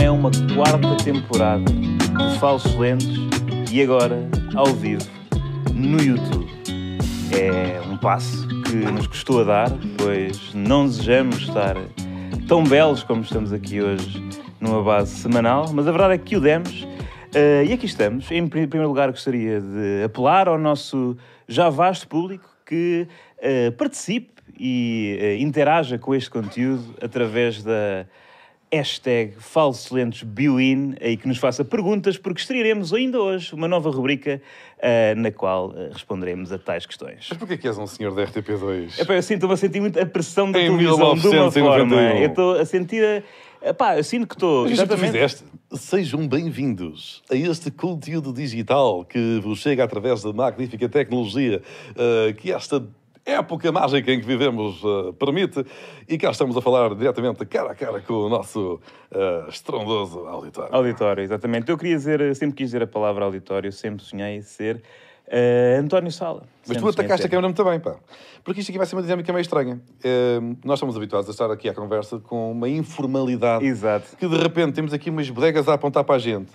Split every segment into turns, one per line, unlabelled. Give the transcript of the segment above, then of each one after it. é Almofada, os Falsos Lentes e agora, ao vivo, no YouTube. É um passo que nos custou a dar, pois não desejamos estar tão belos como estamos aqui hoje numa base semanal, mas a verdade é que o demos eh, e aqui estamos. Em pri- primeiro lugar, gostaria de apelar ao nosso já vasto público que eh, participe e eh, interaja com este conteúdo através da hashtag FalsoLentesBioIn aí que nos faça perguntas, porque estrearemos ainda hoje uma nova rubrica eh, na qual eh, responderemos a tais questões.
Mas porquê que és um senhor da RTP2?
É
Epá, eu sinto, eu sinto muito a pressão da
Em
televisão de uma
1991.
forma. Eu estou a sentir. A... Epá, eu sinto que estou.
Mas isto que tu
Exatamente.
fizeste?
Sejam bem-vindos a este conteúdo digital que vos chega através da magnífica tecnologia eh, que esta época mágica em que vivemos eh, permite. E cá estamos a falar diretamente cara a cara com o nosso eh, estrondoso auditório.
Auditório, exatamente. Eu queria dizer, sempre quis dizer a palavra auditório, sempre sonhei ser eh, António Sala.
Mas
Sempre
tu atacaste a
sonhei ser.
câmara muito bem, pá. Porque isto aqui vai ser uma dinâmica meio estranha. Eh, nós estamos habituados a estar aqui à conversa com uma informalidade.
Exato.
Que de repente temos aqui umas bodegas a apontar para a gente.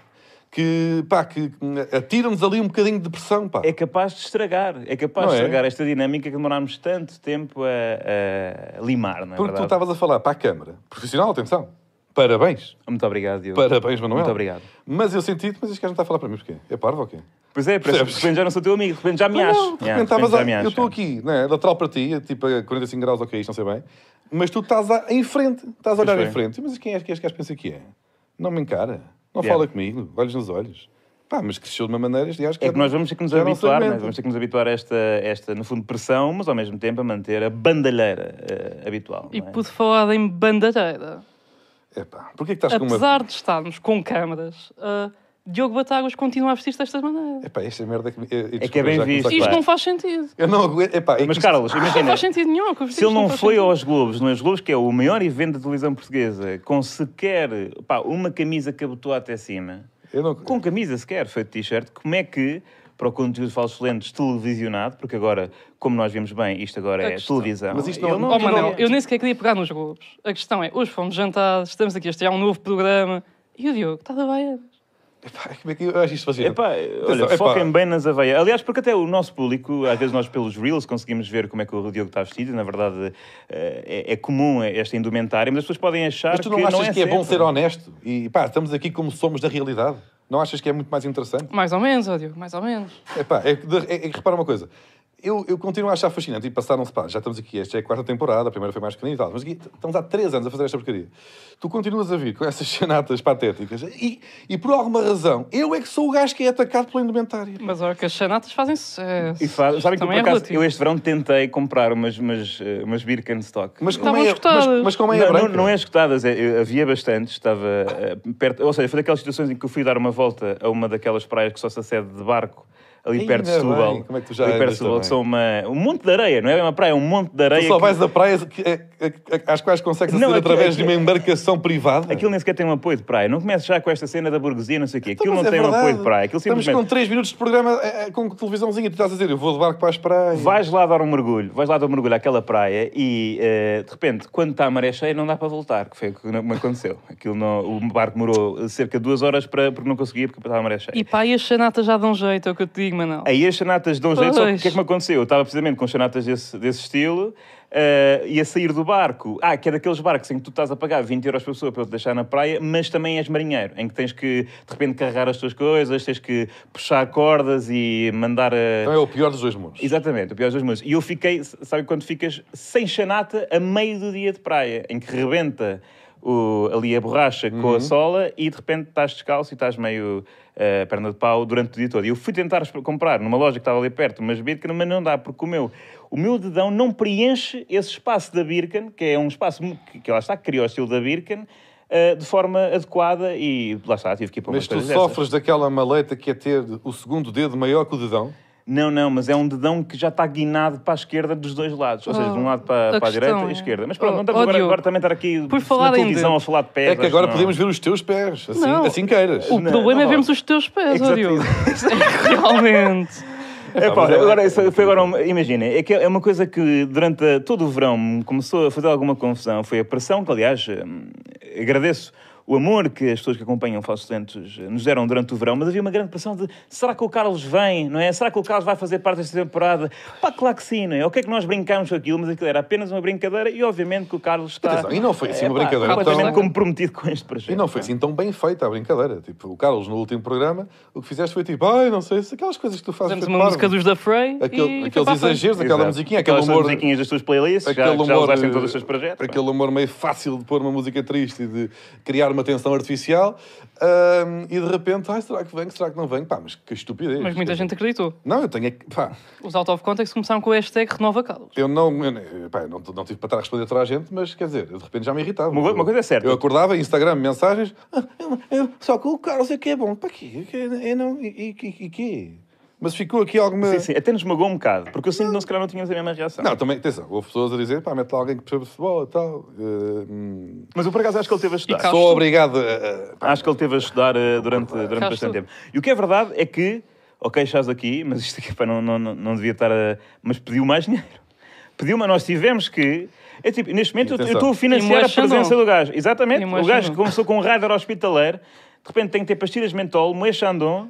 Que, pá, que hum, atiram-nos ali um bocadinho de pressão, pá.
É capaz de estragar, é capaz
Não
de
é?
estragar esta dinâmica que demorámos tanto tempo a, a limar, não é
Porque tu
verdade?
estavas a falar para a câmara. Profissional, atenção. Parabéns.
Muito obrigado, Diogo.
Parabéns, Manuel.
Muito obrigado.
Mas eu senti-te, mas este gajo não está a falar para mim porquê? É parvo ou quê?
Pois é, parece que de
Percebes?
repente já não sou teu amigo, de repente já me
Não,
acho.
de repente
Yeah, de repente
estavas
já
a-
me acho,
Eu estou
yeah.
aqui, né, lateral para ti, tipo a 45 graus, ok, isto não sei bem. Mas tu estás a- em frente, estás a olhar
Pois
em
foi.
frente. Mas quem é que este gajo pensa que é? Não me encara, não
Yeah.
fala comigo, olhos nos olhos. Pá, mas cresceu de uma maneira este gajo
É que nós vamos ter que nos
já não se
habituar, né?
aguenta.
vamos ter que nos habituar a esta, esta, no fundo, pressão, mas ao mesmo tempo a manter a bandalheira eh, habitual.
E
não é?
por falar em bandalheira,
Epá, porquê que estás com uma...
apesar de estarmos com câmaras, ah, Diogo Batáguas continua a vestir-se desta maneira.
Epá, esta merda que... eu- eu
É que é
desculpa,
bem
já
visto,
começaste-
Isto
claro.
não faz sentido.
Eu não aguento... Epá, é que
Mas,
isto-
Carlos,
Não
imagina,
Ah, faz sentido nenhum. que eu
né? Se
vesti
ele
isto
não
faz
foi
sentido.
aos Globos, não é? Os Globos, que é o maior evento da televisão portuguesa, com sequer pá, uma camisa que abotou até cima,
Eu não...
com camisa sequer, feito t-shirt, como é que, para o conteúdo de falsos lentes televisionado, porque agora, como nós vimos bem, isto agora
A
é
questão.
televisão.
Mas isto não-
ele
Não,
Oh, Manel,
não.
eu nem sequer queria pegar nos globos. A questão é, hoje fomos jantar, estamos aqui a estrear um novo programa. E o Diogo está de baianas.
Epá, como é que eu acho isto fascinante?
Epá, olha,
epá.
foquem bem nas aveias. Aliás, porque até o nosso público, às vezes nós pelos Reels conseguimos ver como é que o Diogo está vestido. Na verdade, eh, é, é comum esta indumentária, mas as pessoas podem achar
Mas tu não
que
achas
não é
que é bom
sempre.
ser honesto? E pá, estamos aqui como somos da realidade. Não achas que é muito mais interessante?
Mais ou menos, ó Diogo, mais ou menos.
Epá, é, que de- é, é que repara uma coisa. Eu, eu continuo a achar fascinante e passaram-se, pá, já estamos aqui, esta é a quarta temporada, a primeira foi mais pequenina e tal, mas aqui t- estamos há três anos a fazer esta porcaria. Tu continuas a vir com essas cenatas patéticas e, e por alguma razão, eu é que sou o gajo que é atacado pela indumentária.
Mas olha que as chanatas fazem sucesso.
E faz,
Isto
sabem que eu, por
também é
acaso,
relativo.
eu este verão tentei comprar umas, umas, eh, umas Birkenstock.
Mas como
Estavam
é, mas,
escutadas.
mas como é
não,
branca?
não, não é escutadas, é, eu- havia bastante, estava eh, perto, ou seja, foi daquelas situações em que eu fui dar uma volta a uma daquelas praias que só se acede de barco, ali
Ainda
perto de Setúbal,
bem, como é que tu já
ali perto de
andas
Setúbal, que
também?
são uma, um monte de areia, não é? É uma praia, é um monte de
Tu
areia.
só
que-
vais a praias que- é- é- às quais consegues
Não,
aceder
aquilo-
através de
aquilo-
uma embarcação privada?
Aquilo nem sequer tem um apoio de praia. Não comece já com esta cena da burguesia, não sei o quê. Aquilo
Então,
não
mas é
tem um apoio
verdade.
de praia. Aquilo
Estamos
simplesmente.
com 3 minutos de programa eh, eh, com televisãozinha. Tu estás a dizer, eu vou de barco para as praias.
Vais lá dar um mergulho, vais lá dar um mergulho àquela praia e eh, de repente, quando está a maré cheia, não dá para voltar, que foi o que me aconteceu. Aquilo não, o barco demorou cerca de duas horas para, porque não conseguia, porque estava a maré cheia.
E pá, e as chanatas já dão jeito, é o que eu te digo, Manel.
Aí as chanatas dão jeito, só que o
Pois.
que é que me aconteceu? Eu estava precisamente com chanatas desse, desse estilo eh, e a sair do barco. Ah, que é daqueles barcos em que tu estás a pagar 20 euros por pessoa para eu te deixar na praia, mas também és marinheiro, em que tens que de repente carregar as tuas coisas, tens que puxar cordas e mandar eh, a.
Então é o pior dos dois mundos.
Exatamente, o pior dos mundos. E eu fiquei, sabe quando ficas sem chanata a meio do dia de praia, em que rebenta o- ali a borracha com
Uhum.
a sola e de repente estás descalço e estás meio eh, perna de pau durante o dia todo. E eu fui tentar esp- comprar numa loja que estava ali perto umas Birken, mas não dá, porque o meu, o meu dedão não preenche esse espaço da Birken, que é um espaço mu- que, que lá está, que criou o estilo da Birken, eh, de forma adequada e lá está, tive que ir para uma
Mas tu
coisa dessas.
sofres daquela maleta que é ter o segundo dedo maior que o dedão.
Não, não, mas é um dedão que já está guinado para a esquerda dos dois lados. Ou seja, de um
Oh,
lado para,
a
para a direita
questão
e a
é-
esquerda. Mas pronto,
Oh,
não estamos
oh,
agora,
Diogo,
agora também estar aqui
por falar
na
em
televisão
dedo.
a falar de pés.
É que agora podemos
podemos
ver os teus pés, assim,
Não.
assim queiras.
O
Não,
problema é
não
vermos os teus pés, ó
Exato.
Diogo. Realmente.
É, pá,
mas é-
agora, isso foi agora uma- imagina, é que é uma coisa que durante a- todo o verão me começou a fazer alguma confusão. Foi a pressão, que aliás hum, agradeço o amor que as pessoas que acompanham o Falsos Talentos eh, nos deram durante o verão, mas havia uma grande pressão de será que o Carlos vem, não é? Será que o Carlos vai fazer parte desta temporada? Pá, claro que sim, não é? O que é que nós brincámos com aquilo, mas aquilo era apenas uma brincadeira e obviamente que o Carlos está... É
Atenção, e não foi assim uma
pá,
brincadeira
Completamente
tão-
comprometido com este projeto.
E não foi assim tão bem feita a brincadeira. Tipo, o Carlos, no último programa, o que fizeste foi tipo, ai, não sei, se aquelas coisas que tu fazes.
Fizemos
feito
uma
parvo."
música dos da Frey
Aquele-
e foi
aqueles
para a frente.
exageros, aquela
Exato.
musiquinha, aquele
Aquelas
humor.
musiquinhas das tuas playlists, já,
Aquele
que já
humor,
usaste em todos
eh,
os teus projetos.
aquele humor meio fácil de pôr uma música triste e de criar uma tensão artificial ahm, e de repente, ai, será que vem, será que não vem? Pá, mas que estupidez.
Mas muita gente acreditou.
Não, eu tenho é que. Pá,
Os out of context começaram com o hashtag Renova Carlos.
eu não. Eu, não- pá, eu não, não tive para estar a responder a toda a gente, mas quer dizer, eu de repente já me irritava.
Uma- uma coisa é certa.
Eu acordava, Instagram, mensagens, "Ah, eu- eu- só que o Carlos é que é bom. Para quê? Eu, eu não. E, e, e- e quê? Mas ficou aqui alguma.
Sim, sim, até nos magoou um bocado, porque eu sinto que não, se calhar não tínhamos a mesma reação.
Não, também, atenção, houve pessoas a dizer, pá, mete lá alguém que percebe de futebol e tal. eh, hum,
Mas eu por acaso acho que ele teve a estudar.
cá- Acho-
Sou obrigado a- a-
Acho que ele teve a estudar eh, durante, durante
Cá
bastante
estou.
tempo. E o que é verdade é que, ok, estás aqui, mas isto aqui pá, não, não, não- não devia estar a. Mas pediu mais dinheiro. Pediu, mas nós tivemos que. É tipo, neste momento eu- eu
Atenção.
estou a
E
financiar a
mocha
presença
não.
do gajo. Exatamente.
E
O
mocha
gajo
não.
que começou com um radar hospitaleiro, de repente tem que ter pastilhas de mentol, moé chandon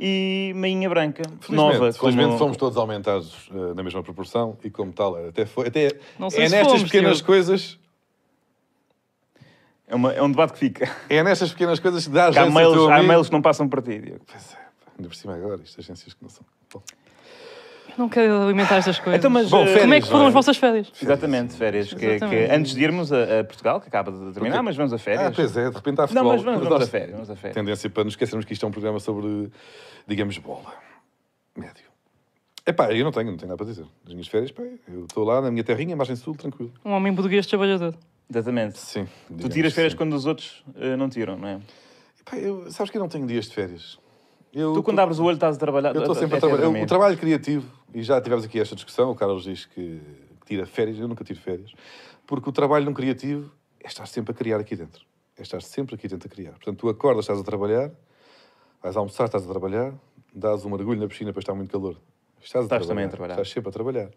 e meinha branca.
Felizmente,
nova.
felizmente
como-
fomos todos aumentados eh, na mesma proporção e como tal, era até foi. Até
Não sei
é
se
nestas
fomos,
pequenas
Diogo.
coisas,
É, uma- é um debate que fica.
é nestas pequenas coisas que dá
Há
agência ao
mails,
teu
há
amigo.
mails que não passam para ti, Diogo.
Pois é, pá, ainda por cima agora, isto agências que não são. Bom,
Não quero alimentar estas coisas.
Então, mas,
Bom,
eh,
férias,
Como é que foram
não é?
as vossas férias?
Exatamente, férias. Que,
Exatamente.
que antes de irmos a, a Portugal, que acaba de terminar,
Ok.
mas vamos a
Ah,
férias.
pois é, de repente há futebol.
não, mas vamos, vamos a
nós-
férias. Vamos a férias.
Tendência para nos esquecermos que isto é um programa sobre, digamos, bola. Médio. Epá, eu não tenho, não tenho nada para dizer. Nas minhas férias, pá, eu estou lá na minha terrinha, margem sul, tranquilo.
Um homem burguês trabalhador.
Exatamente.
Sim.
Tu
digamos
tiras
que
férias
sim.
quando os outros eh, não tiram, não é?
Epá, eu, sabes que eu não tenho dias de férias. Eu
Tu, quando abres o olho, estás a trabalhar.
Eu estou sempre a
até
trabalhar.
dormir.
O trabalho criativo, e já tivemos aqui esta discussão, o Carlos diz que tira férias, eu nunca tiro férias, porque o trabalho num criativo é estar sempre a criar aqui dentro. É estar sempre aqui dentro a criar. Portanto, tu acordas, estás a trabalhar, vais almoçar, estás a trabalhar, dás um mergulho na piscina para estar muito calor. Estás,
Estás também a trabalhar.
Estás sempre a trabalhar.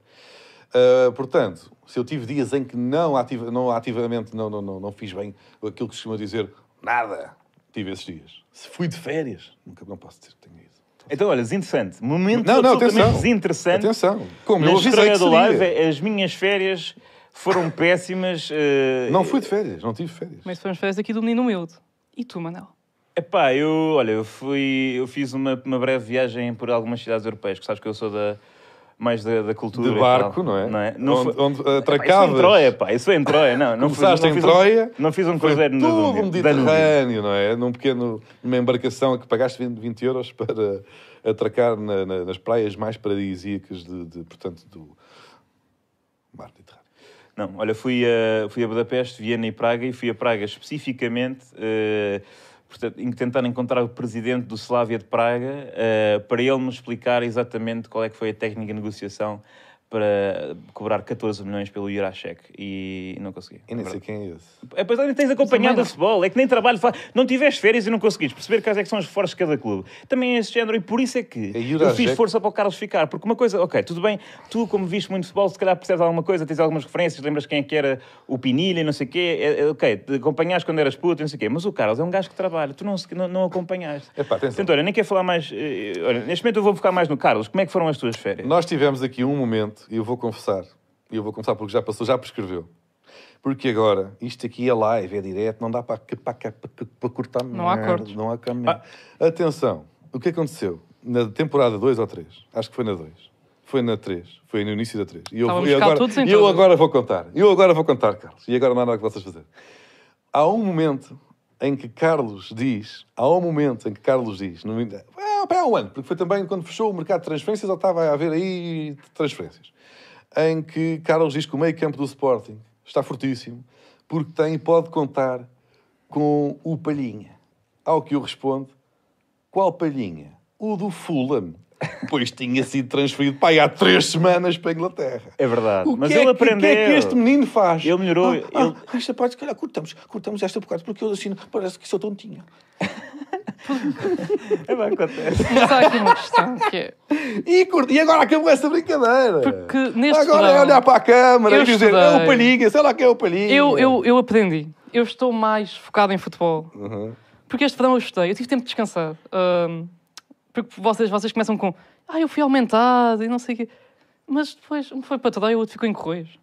Ah, portanto, se eu tive dias em que não, ativa, não ativamente não, não, não, não fiz bem aquilo que se costuma dizer, nada, tive esses dias. Se fui de férias, nunca não posso dizer que tenho isso.
Então, olha, desinteressante. Momento
Não, não,
absolutamente
atenção.
desinteressante.
Atenção. Como
Na
eu avisei
estreia
que
do
seria.
live, eh, as minhas férias foram péssimas. eh,
Não fui de férias, não tive férias.
Mas foram as férias aqui do menino humilde. E tu, Manel?
Epá, eu, olha, eu fui, eu fiz uma, uma breve viagem por algumas cidades europeias, que sabes que eu sou da mais da, da cultura.
De
e
barco,
tal,
não é?
Não
onde,
foi-
onde
Epá, isso foi em
atracavas.
Troia, pá, isso foi em Troia, não. não fiz-
Começaste
não
em
fiz
Troia,
Um, não fiz um
Foi
cruzeiro no
todo
Danúbio.
um
Danúbio.
Mediterrâneo, não é? Num pequeno, numa embarcação a que pagaste 20, 20 euros para atracar na- na- nas praias mais paradisíacas, de, de, portanto, do mar Mediterrâneo.
Não, olha, fui a, fui a Budapeste, Viena e Praga e fui a Praga especificamente eh, portanto, em tentar encontrar o presidente do Slavia de Praga eh, para ele me explicar exatamente qual é que foi a técnica de negociação para cobrar 14 milhões pelo Jurasek e não consegui.
Eu nem sei quem é esse.
É, pois olha, tens acompanhado
Também
a futebol, é que nem trabalho, fa- não tiveste férias e não conseguiste perceber quais é que são os reforços de cada clube. Também é esse género, e por isso é que
É
eu
Eurojec.
fiz força para o Carlos ficar, porque uma coisa, ok, tudo bem, tu como viste muito futebol, se calhar percebes alguma coisa, tens algumas referências, lembras quem é que era o Pinilha e não sei o quê, é, é, ok, te acompanhaste quando eras puto e não sei o quê, mas o Carlos é um gajo que trabalha, tu não, se- não, não acompanhaste.
Epá, atenção.
Portanto, olha, nem quero falar mais, eh, olha, neste momento eu vou focar mais no Carlos, como é que foram as tuas férias?
Nós tivemos aqui um momento, e eu vou confessar, e eu vou confessar porque já passou, já prescreveu. Porque agora, isto aqui é live, é direto, não dá para, para, para, para cortar
Não há
merda,
cortes. Ah.
Não há caminho. Atenção, o que aconteceu na temporada 2 ou 3? Acho que foi na 2. Foi na 3, foi no início da 3. E eu, vou-
Estávamos
e
cá
agora,
todos em
e eu
todas.
agora vou contar. Eu agora vou contar, Carlos. E agora não há nada que vocês fazer. Há um momento em que Carlos diz, há um momento em que Carlos diz, no, ah, pá, há um ano, porque foi também quando fechou o mercado de transferências, ou estava a haver aí transferências, em que Carlos diz que o meio campo do Sporting está fortíssimo, porque tem e pode contar com o Palhinha. Ao que eu respondo, qual Palhinha? O do Fulham, pois tinha sido transferido para aí há três semanas para a Inglaterra.
É verdade,
O
mas
que é
ele
que-
aprendeu.
O que é que este menino faz?
Ele melhorou,
Ah,
ele-
ah, ah, esta parte, se calhar, cortamos, cortamos esta bocado, porque eu assino, parece que sou tontinho.
É bem, acontece.
Mas há aqui uma questão que é...
E, curti, e agora acabou essa brincadeira.
Porque neste
agora é
verão-
olhar para a câmara
Eu
e dizer,
estudei.
é o Palhinha, sei lá quem é o Palhinha.
Eu, eu, eu aprendi eu estou mais focado em futebol.
Uhum.
Porque este verão eu estudei, eu tive tempo de descansar. Ahm, porque vocês, vocês começam com ah, eu fui aumentado e não sei o quê. Mas depois um foi para Tadeu e o outro ficou em Correios.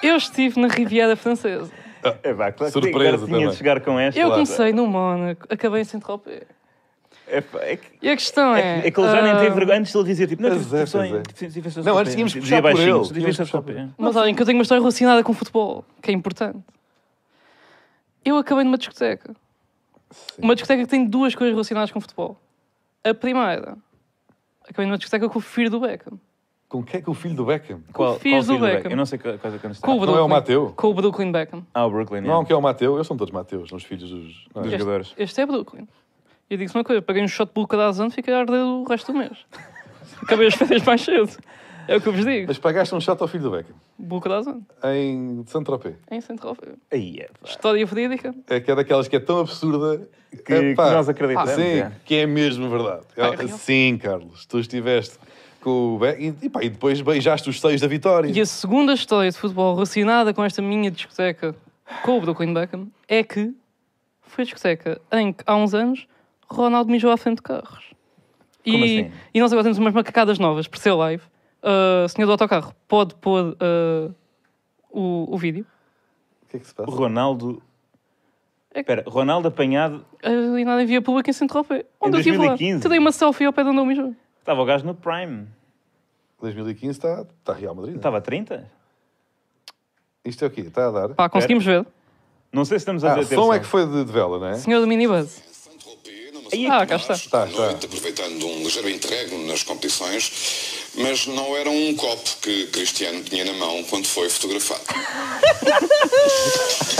eu estive na Riviera Francesa.
É vá, claro que
Surpresa
agora tinha
também.
de chegar com esta.
Eu comecei no Mónaco, acabei em Saint-Tropez.
É, pá, é que...
E a questão
É,
é...
que- é que ele já nem
ahm,
tem vergonha. Antes de ele dizer tipo, não,
Pois é,
tive só
pois
em-
é.
tive- tive só
Não,
só
antes
em-
tínhamos que
dizia
puxar por
baixinho,
ele.
dizia
Tínhamos
só
que
por ele.
Mas olhem que eu tenho uma história relacionada com futebol, que é importante. Eu acabei numa discoteca. Uma discoteca que tem duas coisas relacionadas com futebol. A primeira, acabei numa discoteca com o filho do Beckham.
Com quem é que o filho do Beckham?
Qual,
filho
qual
do
filho do Beckham?
Beckham.
Eu não sei qual qual é que eu não sei.
Com o
Não é o
Brooklyn-
Mateu?
Com o Brooklyn Beckham.
Ah, o Brooklyn. é.
Não, que é o Mateus. Eles são todos Mateus, são os filhos dos... não é?
Dos
Este-
jogadores.
Este é Brooklyn. E eu digo-se uma coisa, paguei um shot bull cada ano, fiquei a arder o resto do mês. Acabei as férias mais cedo. É o que eu vos digo.
Mas pagaste um shot ao filho do Beckham,
Bull cada ano,
em Saint-Tropez.
em Central. Fé.
Aí é. pá.
História verídica.
É que é daquelas que é tão absurda que,
que nós acreditamos,
Sim,
é.
que é mesmo verdade.
é real.
sim, Carlos, tu estiveste com o Beckham e, pá, e depois beijaste os seios da vitória.
E a segunda história de futebol relacionada com esta minha discoteca com o Brooklyn Beckham é que foi a discoteca em que, há uns anos, Ronaldo mijou à frente de carros. E,
Como assim?
e nós agora temos umas macacadas novas, por ser live. Uh, senhor do autocarro, pode pôr uh, o, o vídeo.
O que é que se
O
passa?
Ronaldo.
É que-
Espera, Ronaldo apanhado.
Ali na via pública em Centro-Pé. Onde
Em
eu estive lá.
2015.
Tirei uma selfie ao pé de onde eu mijou.
Estava o gajo no Prime.
2015 está tá Real Madrid. não é?
Estava a 30?
Isto é o quê? Está a dar?
Pá, conseguimos ver.
Não sei se estamos a
Ah, o
dizer
som é que foi de, de vela, não é?
Senhor do minibus.
Saint-Tropez, numa
Ah, cá está.
Está, está.
noite, aproveitando um ligeiro interregno nas competições, mas não era um copo que Cristiano tinha na mão quando foi fotografado.
final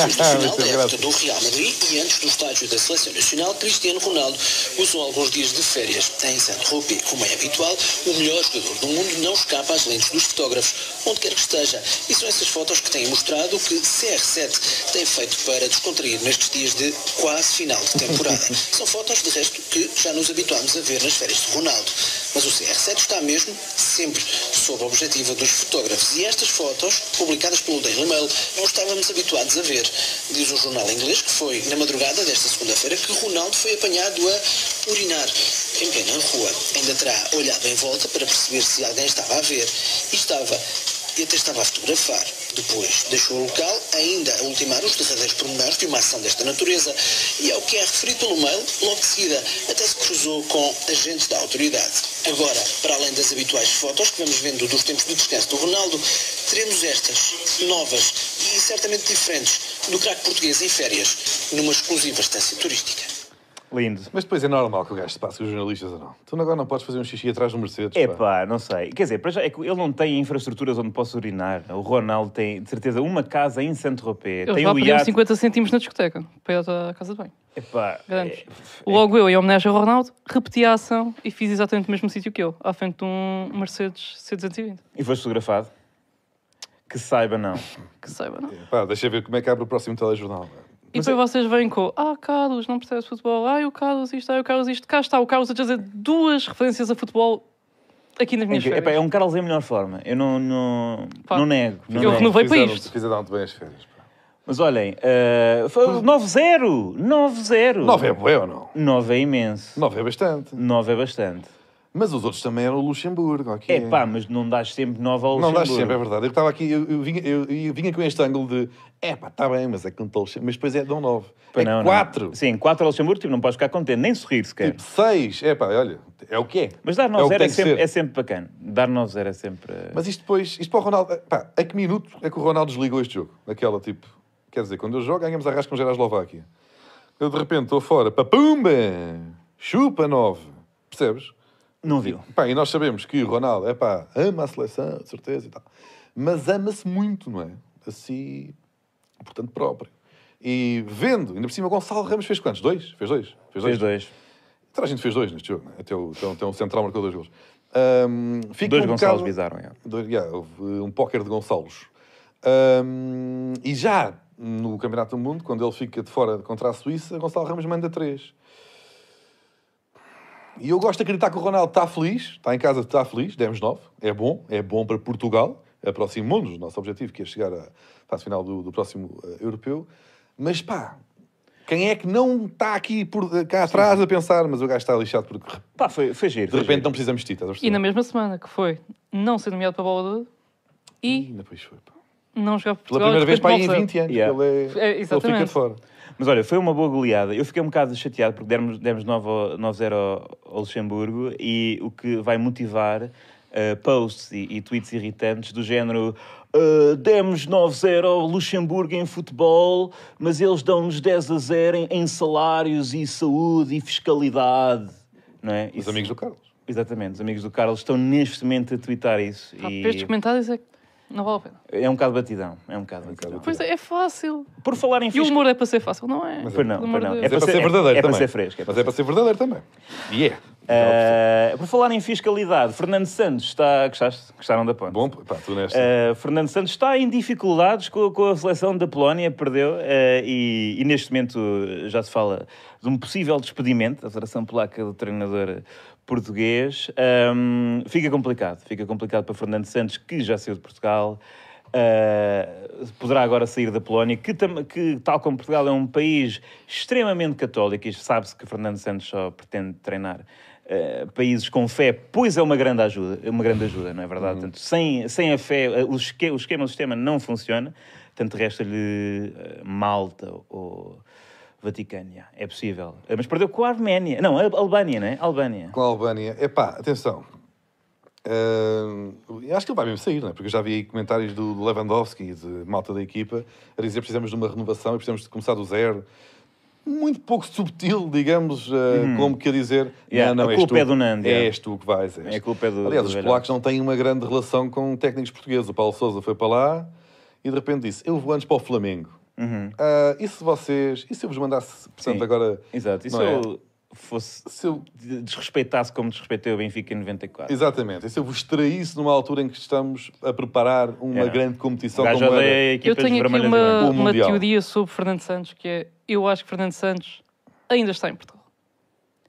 isso é
da
graça.
época do Real Madrid e antes do estádio da Seleção Nacional, Cristiano Ronaldo usou alguns dias de férias em Saint-Tropez. Como é habitual, o melhor jogador do mundo não escapa às lentes dos fotógrafos, onde quer que esteja. E são essas fotos que têm mostrado o que CR7 tem feito para descontrair nestes dias de quase final de temporada. São fotos, de resto, que já nos habituámos a ver nas férias de Ronaldo. Mas o CR7 está mesmo sempre sob a objetiva dos fotógrafos. E estas fotos, publicadas pelo Daily Mail, não estávamos habituados a ver. Diz o jornal inglês que foi na madrugada desta segunda-feira que Ronaldo foi apanhado a urinar em plena rua. Ainda terá olhado em volta para perceber se alguém estava a ver. E estava. E até estava a fotografar. Depois deixou o local, ainda a ultimar os derradeiros pormenores de uma ação desta natureza. E ao que é referido pelo mail, logo de seguida, até se cruzou com agentes da autoridade. Agora, para além das habituais fotos que vamos vendo dos tempos de descanso do Ronaldo, teremos estas, novas e certamente diferentes, do craque português em férias, numa exclusiva estância turística.
Lindo.
Mas depois é normal que o gajo se passe com os jornalistas ou não. Tu agora não podes fazer um xixi atrás do Mercedes.
É
pá.
pá, não sei. Quer dizer, para já é que ele não tem infraestruturas onde possa urinar. O Ronaldo tem, de certeza, uma casa em Saint-Tropez.
Eles
Tem
já
o
pedimos
iate.
50 centímetros na discoteca para ir à casa de banho.
Epá,
Grandes.
é-
Logo eu, em homenagem ao Ronaldo, repeti a ação e fiz exatamente o mesmo sítio que eu, à frente de um Mercedes C220.
E foste fotografado? Que saiba, não.
Que saiba, não?
Pá, deixa ver como é que abre o próximo telejornal. é?
E
é-
depois vocês vêm com, ah, Carlos, não percebes futebol, ah, o Carlos isto, ah, o Carlos isto. Cá está o Carlos a fazer duas referências a futebol aqui nas minhas
É pá,
férias.
é um Carlos em melhor forma. Eu não, não,
Pá,
não nego. Não
eu
nego.
renovei- Foi para
Fizeram-
isto.
é? Fizeram-te bem as férias. pá.
Mas olhem, eh, foi 9-0! 9-0!
Nove é bué ou não?
9 é imenso.
Nove é bastante.
9 é bastante.
Mas os outros também eram o Luxemburgo. ok?
É pá, mas não dás sempre 9 ao
Não dás
Luxemburgo.
sempre, é verdade. Eu estava aqui, eu, eu vinha, eu, eu vinha com este ângulo de é pá, está bem, mas é que não estou Mas depois é dão nove.
Pá,
é
não, não.
quatro.
Sim, 4 ao Luxemburgo, tipo, não podes ficar contente, nem sorrir sequer.
Tipo seis. É pá, olha, é o que é.
Mas dar
é o
9-0
que
é,
tem que
sempre,
ser.
é sempre bacana. Dar 9-0 é sempre. eh,
Mas isto depois, isto para o Ronaldo, pá, a que minuto é que o Ronaldo desligou este jogo? Naquela tipo, quer dizer, quando eu jogo, ganhamos a rasca com Eslováquia. Eu de repente estou fora, papumba, chupa nove. Percebes?
Não viu.
Pá, e nós sabemos que o Ronaldo, é pá, ama a seleção, de certeza e tal. Mas ama-se muito, não é? Assim, portanto, próprio. E vendo, ainda por cima, Gonçalo Ramos fez quantos? Dois? Fez dois? Fez
Fez dois.
Toda a gente fez dois neste jogo, não é? Até o, até o- até o Central marcou dois gols. Ahm, fica
Dois
um
Gonçalos
bocado-
bizaram. é.
Dois- yeah, houve um póquer de Gonçalos. Ahm, e já no Campeonato do Mundo, quando ele fica de fora contra a Suíça, Gonçalo Ramos manda três. E eu gosto de acreditar que o Ronaldo está feliz, está em casa, está feliz, demos nove, é bom, é bom para Portugal, aproximou-nos do nosso objetivo, que é chegar à fase final do, do próximo eh, europeu. Mas pá, quem é que não está aqui por, cá atrás a pensar, mas o gajo está lixado porque
Pá, foi, foi giro.
de
foi
repente
giro.
não precisamos de ti, estás a
é. E
um-
perceber?
na mesma semana que foi não ser nomeado para a Bola de Ouro e
Ainda pois foi, pá.
não jogar por
Pela
Portugal.
primeira
e
vez para aí em
depois
20 anos,
Yeah.
que ele,
É,
é, ele fica
exatamente.
de fora.
Mas olha, foi uma boa goleada. Eu fiquei um bocado chateado porque demos, demos 9 ao- 9-0 ao, ao Luxemburgo e o que vai motivar eh, posts e, e tweets irritantes do género eh, demos 9-0 ao Luxemburgo em futebol, mas eles dão-nos 10 a 0 em, em salários e saúde e fiscalidade. Não é?
Os amigos do Carlos.
Exatamente, os amigos do Carlos estão neste momento a twittar isso.
Pá,
e
para estes comentários é que não vale a pena.
é um bocado batidão. É um bocado batidão.
Pois é, é fácil.
Por falar em
E o
fiscal...
humor é para ser fácil, não é?
Pois não,
Pelo
pois
amor
não.
de
É
Deus.
Mas é para ser verdadeiro
é para
também.
ser fresco, é para
Mas é para ser verdadeiro também. E é.
Uh, por falar em fiscalidade, Fernando Santos está. Gostaste? Gostaram da ponte?
Bom, pá, tu nesta.
Uh, Fernando Santos está em dificuldades com, com a seleção da Polónia, perdeu, uh, e, e neste momento já se fala de um possível despedimento da Federação Polaca do treinador português. Um, fica complicado, fica complicado para Fernando Santos, que já saiu de Portugal. Uh, poderá agora sair da Polónia, que, tam- que, tal como Portugal é um país extremamente católico, e sabe-se que Fernando Santos só pretende treinar uh, países com fé, pois é uma grande ajuda, é uma grande ajuda, não é
Uhum.
verdade? Portanto, sem, sem a fé, uh, o, esque- o esquema, o sistema não funciona, tanto resta-lhe uh, Malta ou Vaticano, yeah, é possível. Uh, Mas perdeu com a Arménia, não, a Albânia, não é? Albânia.
Com a Albânia. Epá, atenção. Ah, acho que ele vai mesmo sair, não é? Porque eu já vi aí comentários do Lewandowski e de malta da equipa a dizer que precisamos de uma renovação e precisamos de começar do zero. Muito pouco subtil, digamos, ah, como que a dizer
Hum. Yeah,
não,
a
não,
culpa
és tu,
é do Nando, yeah.
És tu que vais. és.
É a culpa é do-
Aliás,
do
os
velhote.
polacos não têm uma grande relação com técnicos portugueses. O Paulo Souza foi para lá e de repente disse: Eu vou antes para o Flamengo. Ah, e se vocês. E se eu vos mandasse, portanto,
Uhum. Sim.
agora.
Exato, e se
não é?
eu fosse.
Se eu-
de- Desrespeitasse como desrespeitei o Benfica em 94.
Exatamente. E se eu vos traísse numa altura em que estamos a preparar uma
Era.
grande competição
Gajo
Então, como era?
odeia
Eu
equipas
tenho aqui
vermelhas e
uma,
brancas.
O
uma
Mundial.
teoria sobre Fernando Santos, que é, eu acho que Fernando Santos ainda está em Portugal.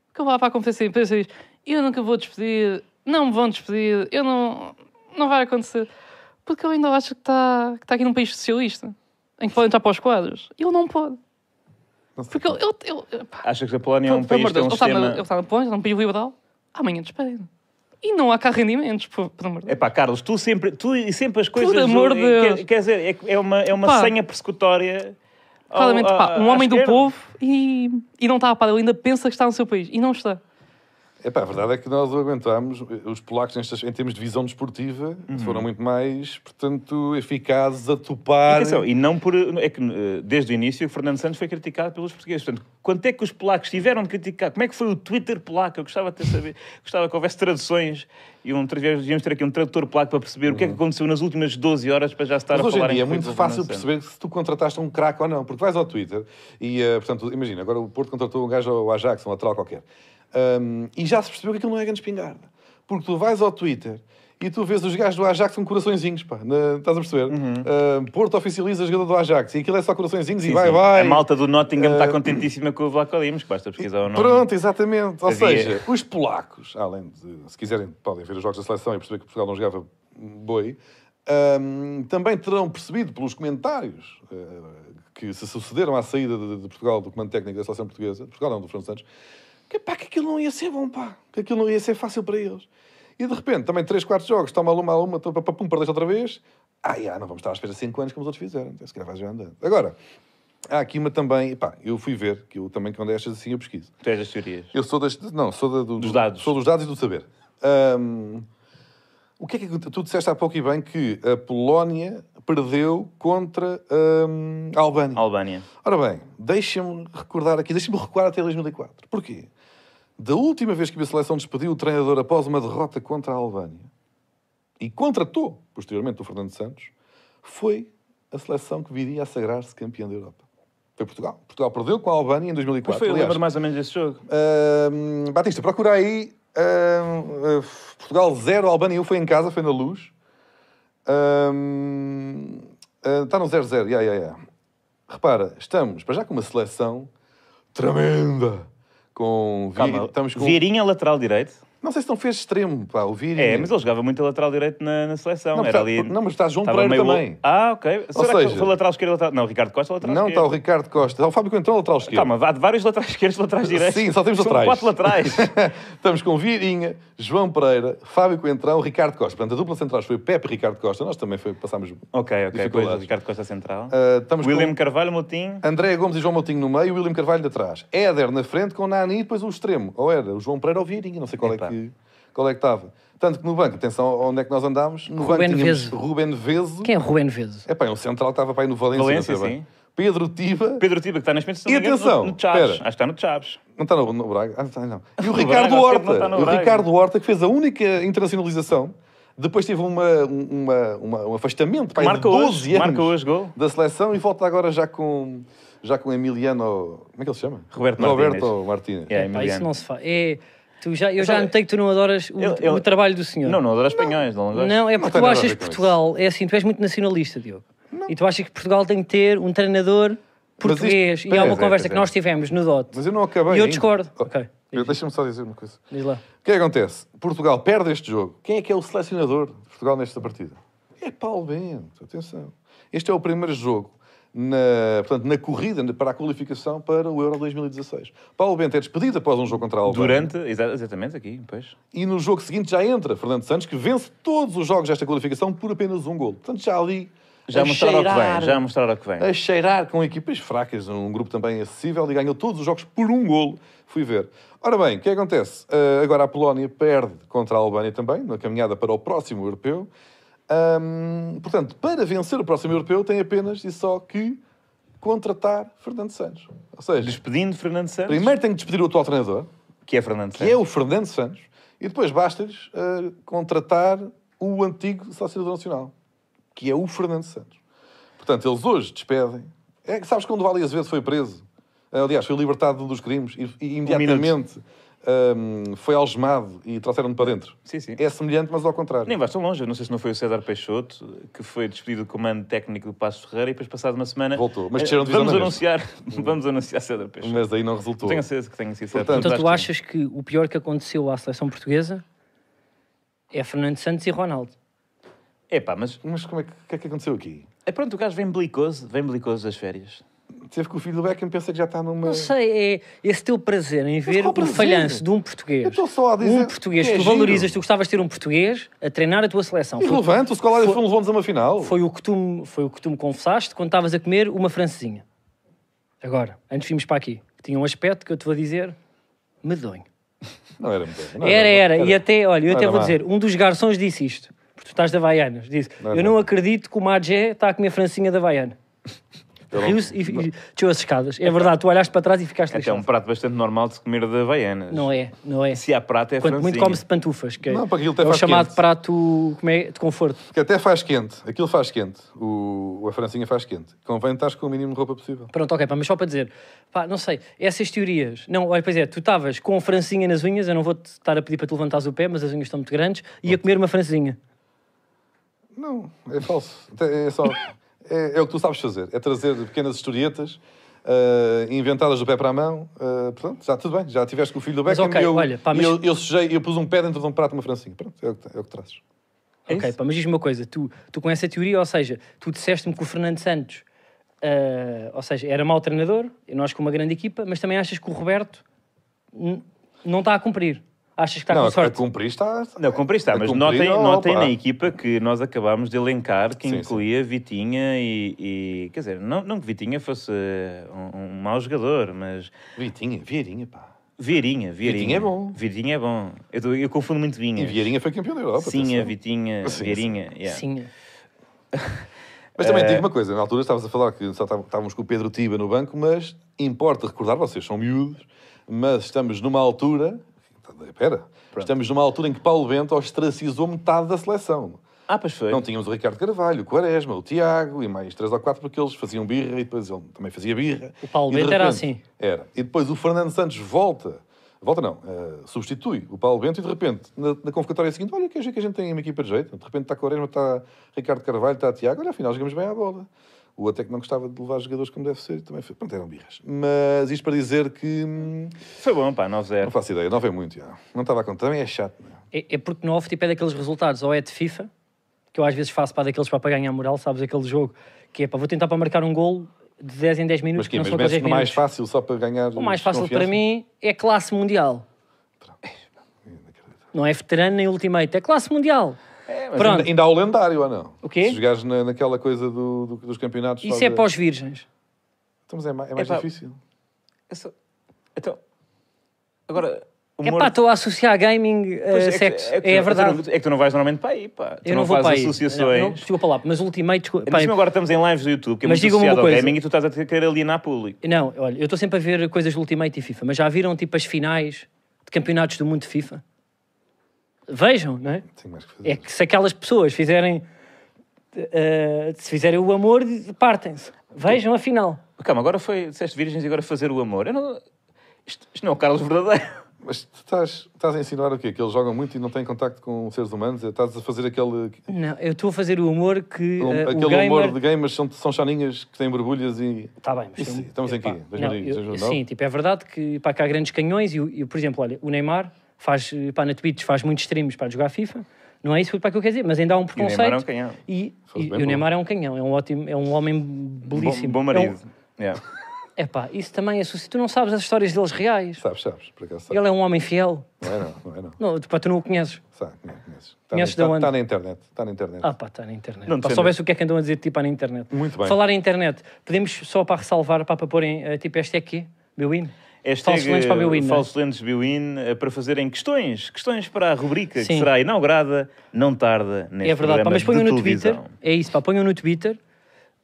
Porque ele vai para a conferência de imprensa e diz, eu nunca vou despedir, não me vão despedir, eu não... não vai acontecer. Porque eu ainda acho que está, que está aqui num país socialista, em que podem entrar para os quadros. Ele não pode. Porque ele... ele, ele pá,
Achas que a Polónia é um
pelo
país
amor
que
de
tem
Deus,
um
ele está na-
sistema...
ele está na Polónia, está num país liberal, amanhã despede E não há cá rendimentos, pô, pelo amor de Deus.
Epá, Carlos, tu sempre, tu e sempre as coisas.
amor de
quer-
Deus.
Quer, dizer, é- é uma, é uma
Pá.
senha persecutória. ao-
Claramente,
à-
pá, um
Ah, à
homem do
esquerda.
povo e, e não está a par, ele ainda pensa que está no seu país e não está.
Epá, a verdade é que nós o aguentámos. Os polacos, nestas, em termos de visão desportiva, foram muito mais, portanto, eficazes a topar.
Atenção, Uhum. e não por. É que eh, desde o início o Fernando Santos foi criticado pelos portugueses. Portanto, quanto é que os polacos tiveram de criticar? Como é que foi o Twitter polaco? Eu gostava de ter saber. Gostava que houvesse traduções e um, tra- devíamos ter aqui um tradutor polaco para perceber o que é que aconteceu nas últimas 12 horas para já estar
Uhum. Mas
a
hoje
falar
em dia é
que foi
muito
do
fácil
Fernando Santos.
perceber se tu contrataste um craque ou não, porque vais ao Twitter e, eh, portanto, imagina, agora o Porto contratou um gajo ao Ajax, um lateral qualquer, Ahm, e já se percebeu que aquilo não é grande espingarda. Porque tu vais ao Twitter e tu vês os gajos do Ajax com coraçõezinhos, pá, na- estás a perceber? Ahm, Porto oficializa a jogada do Ajax e aquilo é só coraçõezinhos e
Uhum. Sim,
vai,
sim.
vai.
A malta do Nottingham está
Eh,
contentíssima com o Vlaco Dimos, que basta pesquisar o nome.
Pronto, exatamente. Ou
Havia-
seja, os polacos, além de, se quiserem, podem ver os jogos da seleção e perceber que Portugal não jogava boi, hum, também terão percebido pelos comentários eh, que se sucederam à saída de, de Portugal do comando técnico da seleção portuguesa, de Portugal não, do Fernando Santos, que pá, que aquilo não ia ser bom, pá, que aquilo não ia ser fácil para eles. E de repente, também 3, 4 jogos, toma uma a uma, toma, pum, perdeste outra vez. Ah, já, não vamos estar à espera 5 anos como os outros fizeram, então se calhar vais já andando. Agora, há aqui uma também, pá, eu fui ver, que eu também quando é estas assim eu pesquiso.
Tu és das teorias.
Eu sou das. Não, sou da- do-
Dos dados.
Sou dos dados e do saber. Ahm, o que é que aconte- tu disseste há pouco e bem que a Polónia perdeu contra ahm, a Albânia.
Albânia.
Ora bem, deixa-me recordar aqui, deixa-me recuar até 2004. Porquê? Da última vez que a seleção despediu o treinador após uma derrota contra a Albânia e contratou, posteriormente, o Fernando Santos, foi a seleção que viria a sagrar-se campeã da Europa. Foi Portugal. Portugal perdeu com a Albânia em 2004.
Mas foi, eu
Aliás,
lembro mais ou menos desse jogo.
Ahm, Batista, procura aí. ahm, ah, Portugal 0, Albânia 1 foi em casa, foi na luz. Está eh, tá no 0-0, yeah, yeah, yeah. Repara, estamos para já com uma seleção tremenda. Com Vieri-
Calma,
estamos com
Vieirinha lateral direito.
Não sei se não fez extremo, pá, o Vini.
É, mas ele jogava muito a lateral direito na, na seleção.
Hum. Não,
Era
está-
ali.
não, mas tá está João
estava
Pereira
meio-
também.
Ah, ok. Será que
seja-
foi lateral esquerdo lateral? Não, Ricardo Costa é lateral
Não tá está o
esquerdo.
Ricardo Costa. Está o Fábio Coentrão, lateral esquerdo.
Calma, há de vários laterais esquerdos, laterais direitos.
Sim, só temos
São
laterais.
quatro laterais.
Estamos com Virinha, João Pereira, Fábio Coentrão, Ricardo Costa. Portanto, a dupla central foi Pepe e Ricardo Costa. Nós também foi, passámos
ok, ok. Pois,
dificuldades.
Ricardo Costa central.
Ah, estamos
William
com
Carvalho, Moutinho.
André Gomes e João Moutinho no meio, William Carvalho de trás. Éder na frente com Nani e depois o extremo. Ou era o João Pereira ou Virinha, não sei qual
Epá.
é que qual é que estava. Tanto que no banco, atenção onde é que nós andámos, no
Ruben
banco tínhamos
Vezo.
Ruben Vezo.
Quem é Rubén Vezo?
É pá, é um central que estava para aí no Valência.
Valência,
não sei bem.
sim.
Pedro Tiba.
Pedro Tiba, que está neste momento se não
E
me engano,
atenção,
no, no Chaves.
espera.
Acho que está no Chaves.
Não está no, no Braga? Ah, não está, não. E o
Braga,
Ricardo
o Pedro não
Horta.
está no
o
Braga.
Ricardo Horta, que fez a única internacionalização. Depois teve uma, um- uma- uma- um afastamento pá,
Marca
de 12
hoje,
anos
marca hoje gol.
da seleção e volta agora já com, já com Emiliano... Como é que ele se chama?
Roberto
Roberto Martínez.
É,
Pá, isso
Emiliano.
não se faz. É, tu já, eu já
Sabe-
notei que tu não adoras o,
Ele- ele-
o trabalho do senhor.
Não, não, adoro espanhóis. Não, adoro.
Não, é
Não
porque
tem
tu
nada a
achas
ver
que
com isso.
Portugal é assim, tu és muito nacionalista, Diogo. E tu achas que Portugal tem que ter um treinador português.
isto-
e há uma
pois é,
conversa
pois
que
é.
nós tivemos no DOT.
Mas eu não acabei
E eu
ainda.
discordo.
Oh,
Ok,
eu- Deixa-me só dizer uma coisa.
diz lá.
O que é que acontece? Portugal perde este jogo. Quem é que é o selecionador de Portugal nesta partida? É Paulo Bento, atenção. Este é o primeiro jogo na, portanto, na corrida na- para a qualificação para o Euro 2016. Paulo Bento é despedido após um jogo contra a Albânia.
Durante, exa- exatamente aqui, pois.
E no jogo seguinte já entra Fernando Santos, que vence todos os jogos desta qualificação por apenas um gol. Portanto, já ali...
Já
a
mostraram o que vem,
cheirar-
já mostraram o que vem.
a cheirar com equipas fracas, um grupo também acessível, e ganhou todos os jogos por um golo. Fui ver. Ora bem, o que acontece? Ah, agora a Polónia perde contra a Albânia também, na caminhada para o próximo europeu. Ahm, portanto, para vencer o próximo europeu, tem apenas e só que contratar Fernando Santos. Ou seja,
Despedindo Fernando Santos,
primeiro tem que despedir o atual treinador,
que é Fernando Santos.
que é o Fernando Santos, e depois basta-lhes ah, contratar o antigo selecionador nacional, que é o Fernando Santos. Portanto, eles hoje despedem. É que sabes quando o Alias Vezes foi preso? Ah, Aliás, foi libertado dos crimes e, e imediatamente ahm, foi algemado e trouxeram-no para dentro.
Sim, sim.
É semelhante, mas ao contrário.
Nem vais tão longe. Eu não sei se não foi o César Peixoto que foi despedido do comando técnico do Passo Ferreira e depois, passado uma semana.
Voltou, mas
Eh,
desceram de divisão
Vamos
na
anunciar, vamos anunciar César Peixoto.
Mas aí não resultou.
Tenho certeza que tenho sido certo.
Portanto,
Então tu
acho que-
achas que o pior que aconteceu à seleção portuguesa é Fernando Santos e Ronaldo.
É pá, mas
Mas como é que, o que é que aconteceu aqui?
é pronto, o gajo vem belicoso, vem belicoso das férias.
Teve que o filho do Beckham pensa que já está numa...
Não sei, é esse teu prazer em ver
qual
o
prazer?
falhanço de um português.
Eu estou só a dizer
Um português
que é
que, tu
giro.
valorizas, tu gostavas de ter um português a treinar a tua seleção. Foi,
Irrelevante, Um o Scolari foi... levou-nos a uma final.
foi o que tu, me- foi o que tu me confessaste quando estavas a comer uma francesinha. Agora, antes vimos para aqui, que tinha um aspecto que eu te vou dizer medonho.
Não era muito. não
Era, era. E até, olha, eu
Não
até
era
vou
má.
dizer, um dos garçons disse isto, porque tu estás da Havaianas, disse,
era
eu não
má.
acredito que o Magé está a comer francinha da Havaiana.
Então,
Riu-se e, e tirou as escadas. É verdade, tu olhaste para trás e ficaste
Até é
Então,
lixado.
um prato bastante normal de se comer da Havaianas.
Não é, não é.
Se há prato, é
Quanto muito
francinha.
come-se pantufas, que é-
Não, para aquilo até
é o
faz
chamado
quente.
prato como é, de conforto.
Que até faz quente. Aquilo faz quente. O, a francinha faz quente. Convém estar com o mínimo de roupa possível.
Pronto, ok, pá, mas só para dizer, pá, não sei, essas teorias. Não, olha, pois é, tu estavas com a francinha nas unhas, eu não vou-te estar a pedir para tu levantares o pé, mas as unhas estão muito grandes, e a comer uma francinha.
Não, é falso. Até É, só, é, é o que tu sabes fazer. É trazer pequenas historietas ah, inventadas do pé para a mão. Ah, portanto, já tudo bem. Já tiveste com o filho do
Mas
Beckham.
ok,
e eu,
olha, pá,
e
mas-
eu, eu sujei, eu pus um pé dentro de um prato e uma francinha. Pronto, é o que, é o que trazes.
É
ok,
isso.
pá, mas diz-me uma coisa, tu, tu com essa teoria, ou seja, tu disseste-me que o Fernando Santos, ah, ou seja, era mau treinador, e nós com uma grande equipa, mas também achas que o Roberto n- não está a cumprir. Achas que está
não,
Tá com
a, a
sorte.
cumprir está.
Não, cumpri está,
a
mas
cumprir,
notem,
oh,
notem
pá.
na equipa que nós acabámos de elencar que
Sim, sim.
incluía Vitinha e, e- Quer dizer, não, não que Vitinha fosse eh, um, um mau jogador, mas.
Vitinha, Vieirinha, pá.
Vieirinha, Vieirinha.
Vitinha é bom.
Vitinha é bom. Eu, tô- eu confundo muito Vinha.
E Vieirinha foi campeão da Europa.
Sim, a
atenção.
Vitinha,
Sim,
Vieirinha. yeah.
Sim.
Mas também te digo uma coisa, na altura estavas a falar que só tá- estávamos com o Pedro Tiba no banco, mas importa recordar, vocês são miúdos, mas estamos numa altura. Espera, estamos numa altura em que Paulo Bento ostracizou metade da seleção.
Ah, pois foi.
Não tínhamos o Ricardo Carvalho, o Quaresma, o Tiago e mais três ou quatro, porque eles faziam birra e depois ele também fazia birra.
O Paulo
E de
Bento era
repente-
assim.
Era. E depois o Fernando Santos volta. Volta não, eh, substitui o Paulo Bento e de repente, na, na convocatória seguinte, olha que hoje é que a gente tem uma equipa de jeito. De repente está Quaresma, está Ricardo Carvalho, está Tiago, olha afinal jogamos bem à bola. O até que não gostava de levar jogadores como deve ser, também foi. Pronto, eram birras. Mas isto para dizer que. hum,
Foi bom, pá,
Não
9-0.
faço ideia, não vem muito. já. Não estava a contar, também é chato. não é?
É, é porque no off tipo, é daqueles resultados, ou é de FIFA, que eu às vezes faço para daqueles para, para ganhar moral, sabes? Aquele jogo que é para vou tentar para marcar um golo de 10 em 10 minutos,
Mas que
que não
mas
são
metes
aqueles 10
no mais
minutos.
fácil só para ganhar.
O mais fácil para
desconfiança?
mim é classe mundial. Não é veterano nem ultimate, é classe mundial.
É, Mas
Pronto,
Ainda, ainda há o lendário ou não?
O quê?
Se jogares na, naquela coisa do, do- dos campeonatos. só
isso é
de-
para os virgens.
Então, mas é mais, é mais
Epá.
difícil.
Essa- Então, agora...
É
humor-
pá, estou a associar gaming a
Um Pois, é que-
sexo.
é que tu-
É
é
a
que tu não-
verdade.
É que tu não vais normalmente para aí, pá. Tu
Eu não vou
fazes
para aí.
associações.
Não, não, desculpa lá, mas ultimate. desculpa-
Ainda
pá,
por cima agora estamos em lives do YouTube, que é
Mas
muito
diga-me uma
associado ao
coisa.
gaming, e tu estás a ter que alienar público.
Não, olha, eu estou sempre a ver coisas do Ultimate e FIFA, mas já viram tipo as finais de campeonatos do mundo de FIFA? Vejam, não é?
Tenho mais que fazer.
É que se aquelas pessoas fizerem. eh, se fizerem o amor, partem-se. Vejam a final.
Calma, agora foi... Disseste virgens e agora fazer o amor. Eu não... Isto, isto não é o Carlos verdadeiro.
Mas tu estás, estás a insinuar o quê? Que eles jogam muito e não têm contacto com seres humanos? É, Estás a fazer aquele,
Não, eu estou a fazer o amor que. eh, o
aquele
gamer...
humor de gamers são, são chaninhas que têm borbulhas e.
Tá bem, mas
Isso,
tem-
estamos em
epá,
quê?
não,
2000 e-
eu-
2009?
Sim, tipo, é verdade que, pá, que há grandes canhões e, o- e, por exemplo, olha, o Neymar faz, eh, pá, na Twitch fás muitos streams para jogar FIFA. Não é isso pá, que eu quero dizer, mas ainda há um
Neymar
preconceito.
é um canhão.
E,
Faz
e-
bem
e o
bom.
Neymar é um canhão, é um ótimo, é um homem belíssimo.
Bom, bom marido. Yeah.
É um, epá, isso também é sucesso. Tu não sabes as histórias deles reais.
Sabes, sabes, por acaso sabes.
Ele é um homem fiel.
Não é não, não é não.
Não, tu- pá, tu não o conheces.
Sabe, não é, conheces.
Conheces
está,
de
na-
onde?
está na internet. Está na internet.
Ah, pá, está na internet.
Não
Pá,
defendo.
soubesse o que é que andam a dizer tipo, pá, na internet.
Muito bem.
Falar em internet, podemos só para ressalvar, pá, para porem eh, tipo este aqui, meu hino. Falsos lentes para meu hino. não é?
eh, Falso Lentes Biwin eh, para fazerem questões, questões para a rubrica que
Sim.
será inaugurada, não tarda neste
É verdade, pá,
programa
mas ponham
de
no Twitter.
televisão.
É isso, pá, ponham no Twitter,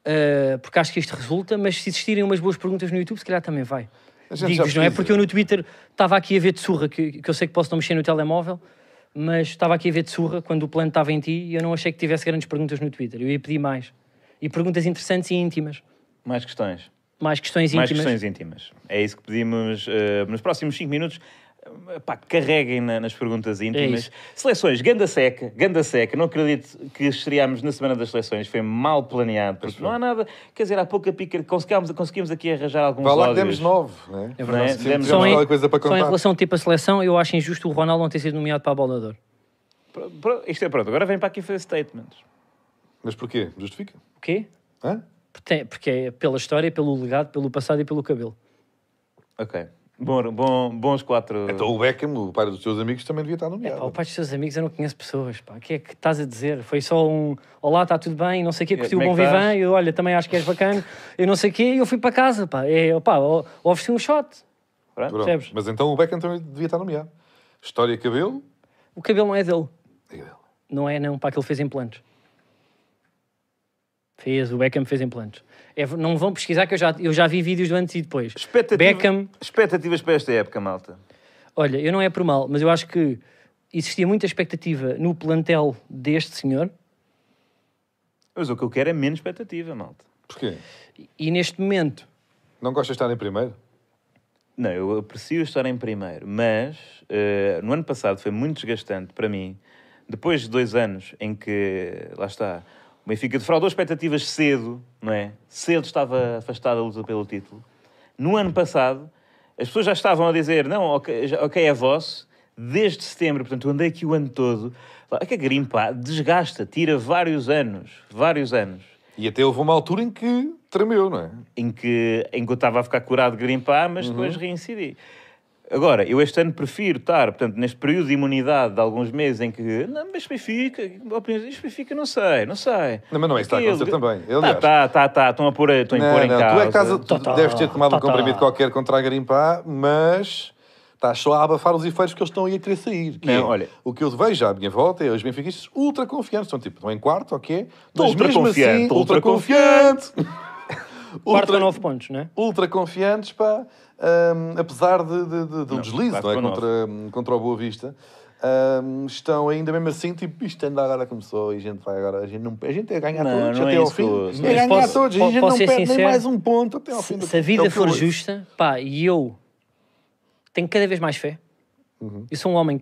eh, porque acho que isto resulta, mas se existirem umas boas perguntas no YouTube, se calhar também vai.
A gente já
Digo-vos, não é?
pesquisa.
Porque eu no Twitter estava aqui a ver de surra, que, que eu sei que posso não mexer no telemóvel, mas estava aqui a ver de surra quando o plano estava em ti e eu não achei que tivesse grandes perguntas no Twitter. Eu ia pedir mais. E perguntas interessantes e íntimas.
Mais questões.
Mais questões
Mais
íntimas.
questões íntimas. É isso que pedimos eh, nos próximos 5 minutos. Eh, Pá, carreguem na- nas perguntas íntimas.
É isso.
seleções, ganda seca, ganda seca. Não acredito que estreámos na semana das seleções. Foi mal planeado. porque não há nada. Quer dizer, há pouca pica. Conseguimos, conseguimos aqui arranjar alguns
Vá lá que
ódios.
demos nove, não é?
Não é?
Sempre
Demos
tivemos
Só em,
qualquer coisa para
só em
contar.
relação tipo à seleção, eu acho injusto o Ronaldo não ter sido nomeado para a bola de Ouro.
Pro- pro- Isto é pronto. Agora vem para aqui fazer statements.
Mas porquê? Justifica?
O quê?
Hã?
Porque tem- Porque é pela história, pelo legado, pelo passado e pelo cabelo.
Ok. Bom, bom, bons quatro.
Então o Beckham, o pai dos teus amigos, também devia estar
É, pá, o
nomeado.
pai dos teus amigos, eu não conheço pessoas, pá. O que é que estás a dizer? Foi só um olá, está tudo bem, não sei o quê, curtiu o
como é
bom
que estás?
vivan, eu olha, também acho que és bacana, eu não sei o quê, e eu fui para casa, pá. É, pá, ó, ofereci um shot.
Pronto.
Pronto.
percebes?
Mas então o Beckham também devia estar nomeado. História cabelo,
O cabelo não é dele.
é dele.
Não é, não, pá, que ele fez implantes. Fez, o Beckham fez implantes. É, ver- não vão pesquisar, que eu já, eu já vi vídeos do antes e depois.
Expectativa-
Beckham,
Expectativas para esta época, malta.
Olha, eu não é por mal, mas eu acho que existia muita expectativa no plantel deste senhor
Mas o que eu quero é menos expectativa, malta.
Porquê?
e neste momento.
Não gostas de estar em primeiro?
Não, eu aprecio estar em primeiro, mas eh, no ano passado foi muito desgastante para mim. Depois de dois anos em que, lá está, o Benfica defraudou expectativas cedo, não é? Cedo estava afastado da luta pelo título. No ano passado, as pessoas já estavam a dizer: não, ok, já- ok, é vosso, desde setembro, portanto, eu andei aqui o ano todo. Pá, Que grimpa, desgasta, tira vários anos, vários anos.
E até houve uma altura em que tremeu, não é?
em que, em que eu estava a ficar curado de grimpar, mas
Uhum.
depois reincidi. Agora, eu este ano prefiro estar, portanto, neste período de imunidade de alguns meses em que, não, mas Benfica, opiniões, isto Benfica, não sei, não sei.
Não, mas não é isso que está a acontecer também. Aliás-
Tá, tá, tá, tá, estão a pôr, a- estão a impor
Não,
em
não,
causa.
tu é que estás a- tu
Tá, tá,
deves ter tomado
tá,
um comprimido
tá.
qualquer contra a garimpá, mas estás só a abafar os efeitos que eles estão aí a querer sair. que
Não,
é,
olha.
O que eu vejo à minha volta é os benfiquistas ultra confiantes. Estão tipo, estão em quarto, ok? assim,
Tô ultra confiante, tô ultra
ultra confiante.
Quarto
ultra,
a nove pontos, não é?
ultra confiantes, pá. hum, apesar de, de- de- do
Não,
deslize,
quarto
não é?
com nove.
Contra, hum, contra o Boa Vista. hum, estão ainda mesmo assim, tipo, isto ainda agora começou e a gente vai agora, a gente, não, a gente é ganhar
Não,
todos
não é
até ao
isso,
fim.
Luz, não
É
é
ganhar
isso.
Posso-
todos, a
po-
gente
posso
não
ser
perde nem
sincero?
mais um ponto até ao fim
Se,
do é
se a vida
até ao
for
fim do-
justa, pá, e eu tenho cada vez mais fé, eu sou um homem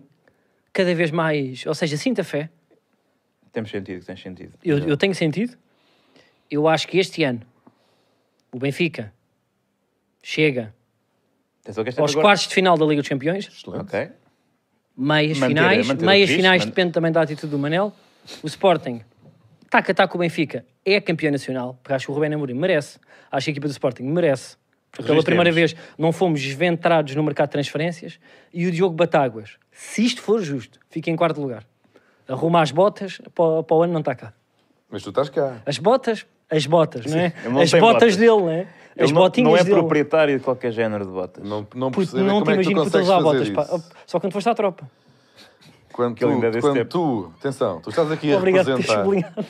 cada vez mais. Ou seja, sinta fé,
Temos sentido, tens sentido.
eu, eu tenho sentido. Eu acho que este ano o Benfica chega
Atenção que esta
aos
agora-
quartos de final da Liga dos Campeões,
Ok.
meias
Manter- é
finais,
manter o
meias
registro,
finais
manter-
depende também da atitude do Manel. O Sporting, taca, taca o Benfica, é campeão nacional, porque acho que o Rubén Amorim merece, acho que a equipa do Sporting merece, porque pela
Registremos.
primeira vez não fomos desventrados no mercado de transferências, e o Diogo Batáguas, se isto for justo, fica em quarto lugar. Arruma as botas, para, para o ano não está cá.
Mas tu estás cá.
As botas, as botas, não é?
ele não
As
tem
botas
botas.
dele, não é?
Ele
As
não,
botinhas
não é
dele.
proprietário de qualquer género de botas.
Não, não
Puto,
percebo
não
como
te
é que tu
imagino que tu
consegues
usar
fazer
botas,
isso.
pá. Oh, Só quando foste à tropa.
Quando,
Que ele ainda é
tu,
desse
quando
tempo.
tu, atenção, tu estás aqui a
Obrigado por teres
representar.
sublinhado.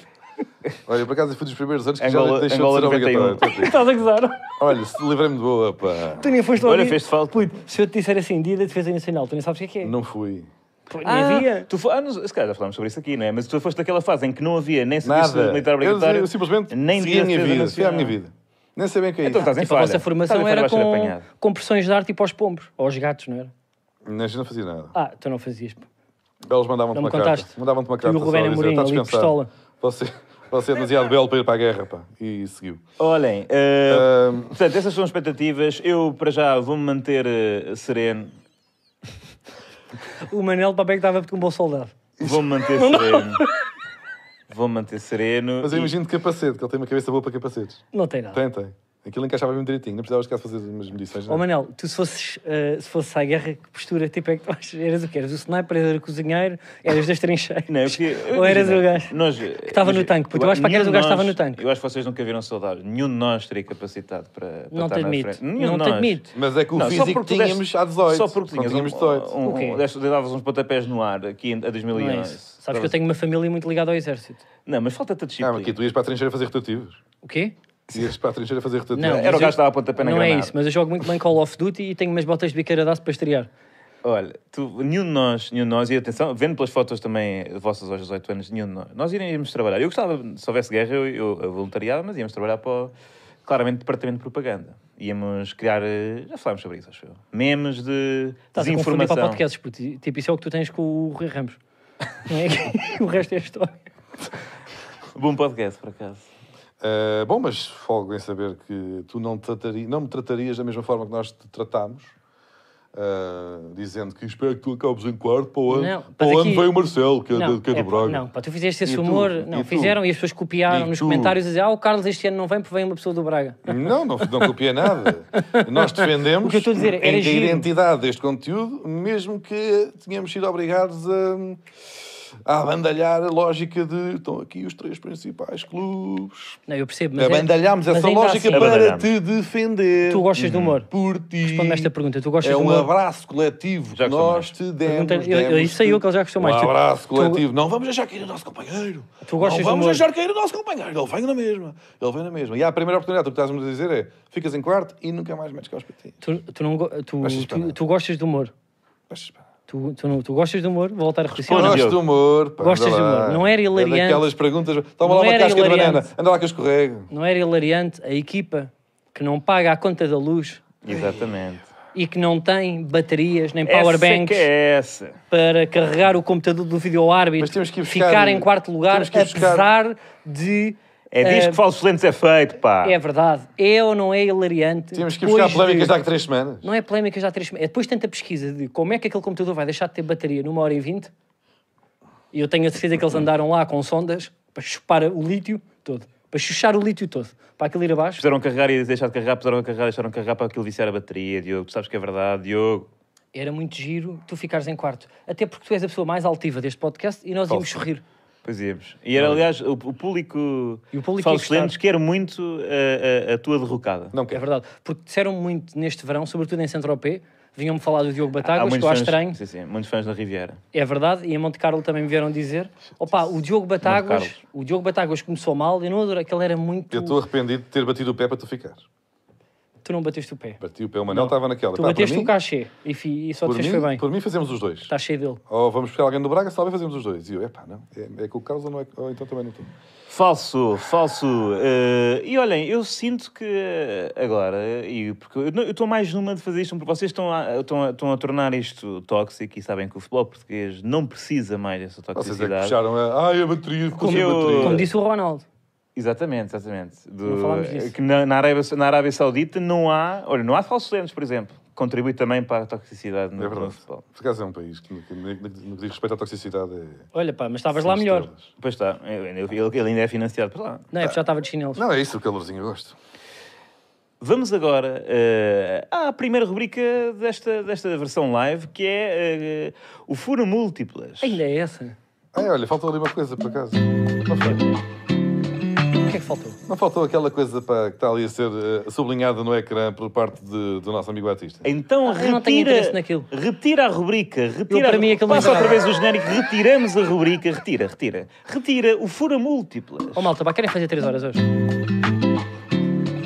Olha, por acaso eu fui dos primeiros anos que
Angola-
já deixou
Angola
de ser
91.
obrigatório.
Estás a gozar.
Olha, se- livrei-me de boa, pá.
Tu nem foste
Olha,
ouvir.
fez-te falta.
Puto, se eu te disser assim, dia da defesa nacional, tu nem sabes o que é que é.
Não fui.
Pô, nem
Ah,
havia.
Tu fo- ah, não, se calhar já falámos sobre isso aqui, não é? Mas tu foste daquela fase em que não havia nem serviço
Nada.
militar
Eu,
obrigatório,
eu simplesmente
nem
segui a
dia
minha vida. Segui a
nacional.
minha vida. Nem sei bem o que é
Então
isso.
estás em
Tipo, a
falha.
vossa formação
Estás em falha,
era
vais ser
com,
apanhado.
com pressões de ar tipo aos pombos, aos gatos, não era?
Não, eu não fazia nada.
Ah, tu não fazias. pô.
Eles mandavam-te
Não me
uma carta.
contaste.
Mandavam-te uma
Tu e
carta.
o Rubén
só a dizer,
Amorim,
"Tá
ali,
dispensado.
pistola."
Você, você é demasiado belo para ir para a guerra, pá. E seguiu.
Olhem, eh,
Ahm.
portanto, essas são expectativas. Eu, para já, vou-me manter eh, sereno.
O Manel para bem que estava com um bom soldado.
Vou-me manter sereno. Vou-me manter sereno.
Mas eu
e-
imagino de capacete, que ele tem uma cabeça boa para capacetes.
Não tem nada.
Tem, tem. Aquilo encaixava mesmo direitinho. Não precisavas de fazer umas medições.
Ó
não.
Manel, tu se fosses, eh, se fosses à guerra, que postura tipo é que tu achas? Eras o quê? Eras o sniper, eras o cozinheiro, eras das trincheiras?
Não, eu queria- eu
Ou eras o
imagino,
gajo?
nós-
estava no
imagino,
tanque, puto. Eu acho para que eras
nenhum
o gajo
de
que estava
nós-
no tanque.
Eu acho que vocês nunca viram saudades. Nenhum de nós teria capacidade para, para
Não
estar
te
na
admito.
frente. Nenhum
Não
de
te
nós.
admito.
Mas é que o
Não, só
físico
porque tu
tínhamos
deste-
há 18.
Só porque
Não
tinhas
tínhamos
um-
18.
Um,
O quê?
um, deste- davas uns pontapés no ar aqui em- a 2011.
Não é isso. Sabes que eu tenho uma família muito ligada ao exército.
Não, mas falta-te a
Ah,
disciplina.
mas aqui tu ias para a trincheira fazer rotativos.
O quê?
Ias para a trincheira fazer rotativos.
Não,
Era o
mas
gajo
eu-
que estava a pontapé na
não
granada.
é isso, mas eu jogo muito bem Call of Duty e tenho umas botas de biqueira de aço para estrear.
Olha, tu, nenhum de nós, nenhum de nós, e atenção, vendo pelas fotos também vossas aos 18 anos, nenhum de nós, nós iríamos trabalhar. Eu gostava, se houvesse guerra, eu, eu, eu voluntariava, mas íamos trabalhar para, o, claramente, Departamento de Propaganda. Íamos criar, eh, já falámos sobre isso, acho eu, memes de
Estás a confundir para
desinformação.
podcasts, puto. E, Tipo, isso é o que tu tens com o Rui Ramos. Não é que o resto é história.
Bom podcast, por acaso.
Ah, bom, mas folgo em saber que tu não, tratari- não me tratarias da mesma forma que nós te tratámos. ah, dizendo que espero que tu acabes em quarto para o ano.
Não,
para
mas
o
aqui-
ano vem o Marcelo, que é,
não,
do- que é do
pá,
Braga.
não, pá, tu fizeste
E
esse
tu?
humor,
E
não,
tu?
fizeram e as pessoas copiaram
E
nos
tu?
comentários a dizer: Ah, o Carlos este ano não vem porque vem uma pessoa do Braga.
Não, não, não copiei nada. Nós defendemos
O que eu estou a dizer,
em
era
que a
giro.
identidade deste conteúdo, mesmo que tenhamos sido obrigados a, a abandalhar a lógica de estão aqui os três principais clubes.
Não, eu percebo, mas. é-
Abandalhámos
mas
essa
ainda
lógica
assim,
para
Abandalhámos.
te defender.
Tu gostas de humor?
Por ti.
Responde-me esta pergunta: tu gostas
É
de
um
humor?
abraço coletivo que
Já gostou
nós te demos.
Pergunta- eu- eu-
demos
isso aí é o que ele já gostou mais.
Um
Tu-
abraço
tu-
coletivo. Não vamos achar que ele é o nosso companheiro.
Tu gostas
não
de
vamos
humor.
achar que ele é o nosso companheiro. Ele vem na mesma. Ele vem na mesma. E há a primeira oportunidade, o que estás-me a dizer é ficas em quarto e nunca mais metes caos para ti.
Tu, tu, não, go- tu,
Gostas de
tu,
banana.
tu gostas de humor.
Mas, pá,
Tu, tu, não, tu gostas de humor? Vou voltar a repetir.
Responde,
Não,
Gosto
Diogo.
de humor. Pá,
Gostas
anda
de humor.
lá.
Não era hilariante.
É daquelas perguntas. Toma
Não
lá uma
era
casca de
hilariante.
banana. Anda lá que eu escorrego.
não era hilariante a equipa que não paga a conta da luz
Exatamente.
e que não tem baterias nem
Essa é que
powerbanks
é essa.
para carregar o computador do vídeo
Mas
árbitro
temos que ir buscar-
ficar em quarto lugar,
temos que ir buscar-
apesar de.
É disto
eh,
que Falsos Lentes é feito, pá.
É verdade. É ou não é hilariante?
Tínhamos que ir
depois
buscar polémicas
de-
daqui a três semanas.
Não é polémicas de há três meses. É depois tanta pesquisa de como é que aquele computador vai deixar de ter bateria numa hora e vinte. E eu tenho a certeza que eles andaram lá com sondas para chupar o lítio todo. Para chuchar o lítio todo. Para aquilo ir abaixo.
Puseram a carregar e deixar de carregar, puseram a carregar e deixaram de carregar para aquilo viciar a bateria, Diogo. Tu sabes que é verdade, Diogo.
Era muito giro tu ficares em quarto. Até porque tu és a pessoa mais altiva deste podcast e nós íamos sorrir.
Pois íamos. E era, aliás, o, o público,
E o público ia
Falsos
gostar.
Lentes quer muito a, a- a tua derrocada.
Não
É
quero.
verdade. Porque disseram muito neste verão, sobretudo em Centro-Opé, vinham-me falar do Diogo
Há
Batáguas, que
muitos
eu acho
fãs-
estranho.
Sim, sim, muitos fãs na Riviera.
É verdade, e em Monte Carlo também me vieram dizer. Opa, o Diogo Batáguas,
Carlo.
o Diogo Batáguas começou mal, eu não adorei, que ele era muito.
Eu estou arrependido de ter batido o pé para tu ficares.
Tu não bateste o pé.
Bati o pé, o Manel estava naquela.
Tu
Pá, por
bateste
mim-
o cachê e, fi- e só te
Por
fez
mim,
foi bem. Tá.
por mim fazemos os dois.
Está cheio dele.
Ou vamos buscar alguém do Braga, se talvez fazemos os dois. E eu, epá, não. É, é com o Carlos ou não é? Ou então também não estou.
Falso, falso. eh, e olhem, eu sinto que eh, agora, e porque eu não- eu estou mais numa de fazer isto, porque vocês estão a, estão, a, estão a tornar isto tóxico e sabem que o futebol português não precisa mais dessa
Vocês é que
toxicidade.
puxaram a. Ai, a bateria ficou
Como
sem
eu-
bateria.
Como disse o Ronaldo.
Exatamente, exatamente. Do- eh,
Não falámos disso.
Que na, na Arábia, na Arábia Saudita não há, olha, não há falsos lentes, por exemplo. Contribui também para a toxicidade no
É
no
verdade.
futebol.
Por acaso é um país que, no que, no que- no que diz respeito à toxicidade é.
Olha pá, mas estavas lá melhor.
estrelas.
Pois está, ele, ele- ele ainda é financiado por lá.
Não, é porque já estava de chinelos.
Não, é isso, o calorzinho eu gosto.
Vamos agora eh, à primeira rubrica desta, desta versão live, que é eh, o Fura Múltiplas.
Ainda é essa.
Ai, olha, faltou ali uma coisa, por acaso. Não, foi.
O que é que faltou?
Não faltou aquela coisa pá, que está ali a ser eh, sublinhada no ecrã por parte de- do nosso amigo Batista.
Então
Ah, eu não tenho interesse
retira,
naquilo.
retira a rubrica, retira
para
a-
mim, aquilo não
passa
interessa.
outra vez o genérico, retiramos a rubrica, retira, retira, retira o Fura Múltiplas.
Ó malta, pá, querem fazer 3 horas hoje?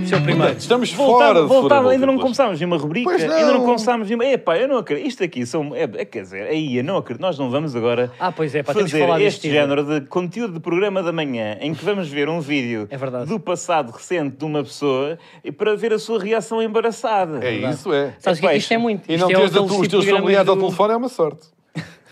Seu primeiro.
Estamos fora
Voltar,
de
voltar,
fora
ainda não
múltiplas.
começámos nenhuma rubrica,
Pois não.
ainda não começámos nenhuma. Epá, eu não acredito. Isto aqui são. É, é, quer dizer, aí eu não acredito. Nós não vamos agora
Ah, pois é, pá, temos que
fazer
falar
este
deste
género de conteúdo de programa da manhã em que vamos ver um vídeo
É verdade.
do passado recente de uma pessoa e para ver a sua reação embaraçada.
É isso, é.
Sabes o que é que
Pois.
isto é muito?
E não
isto é
teres a
aqueles
tu- os
tipo
teus
programas
familiares ao
do-
telefone é uma sorte.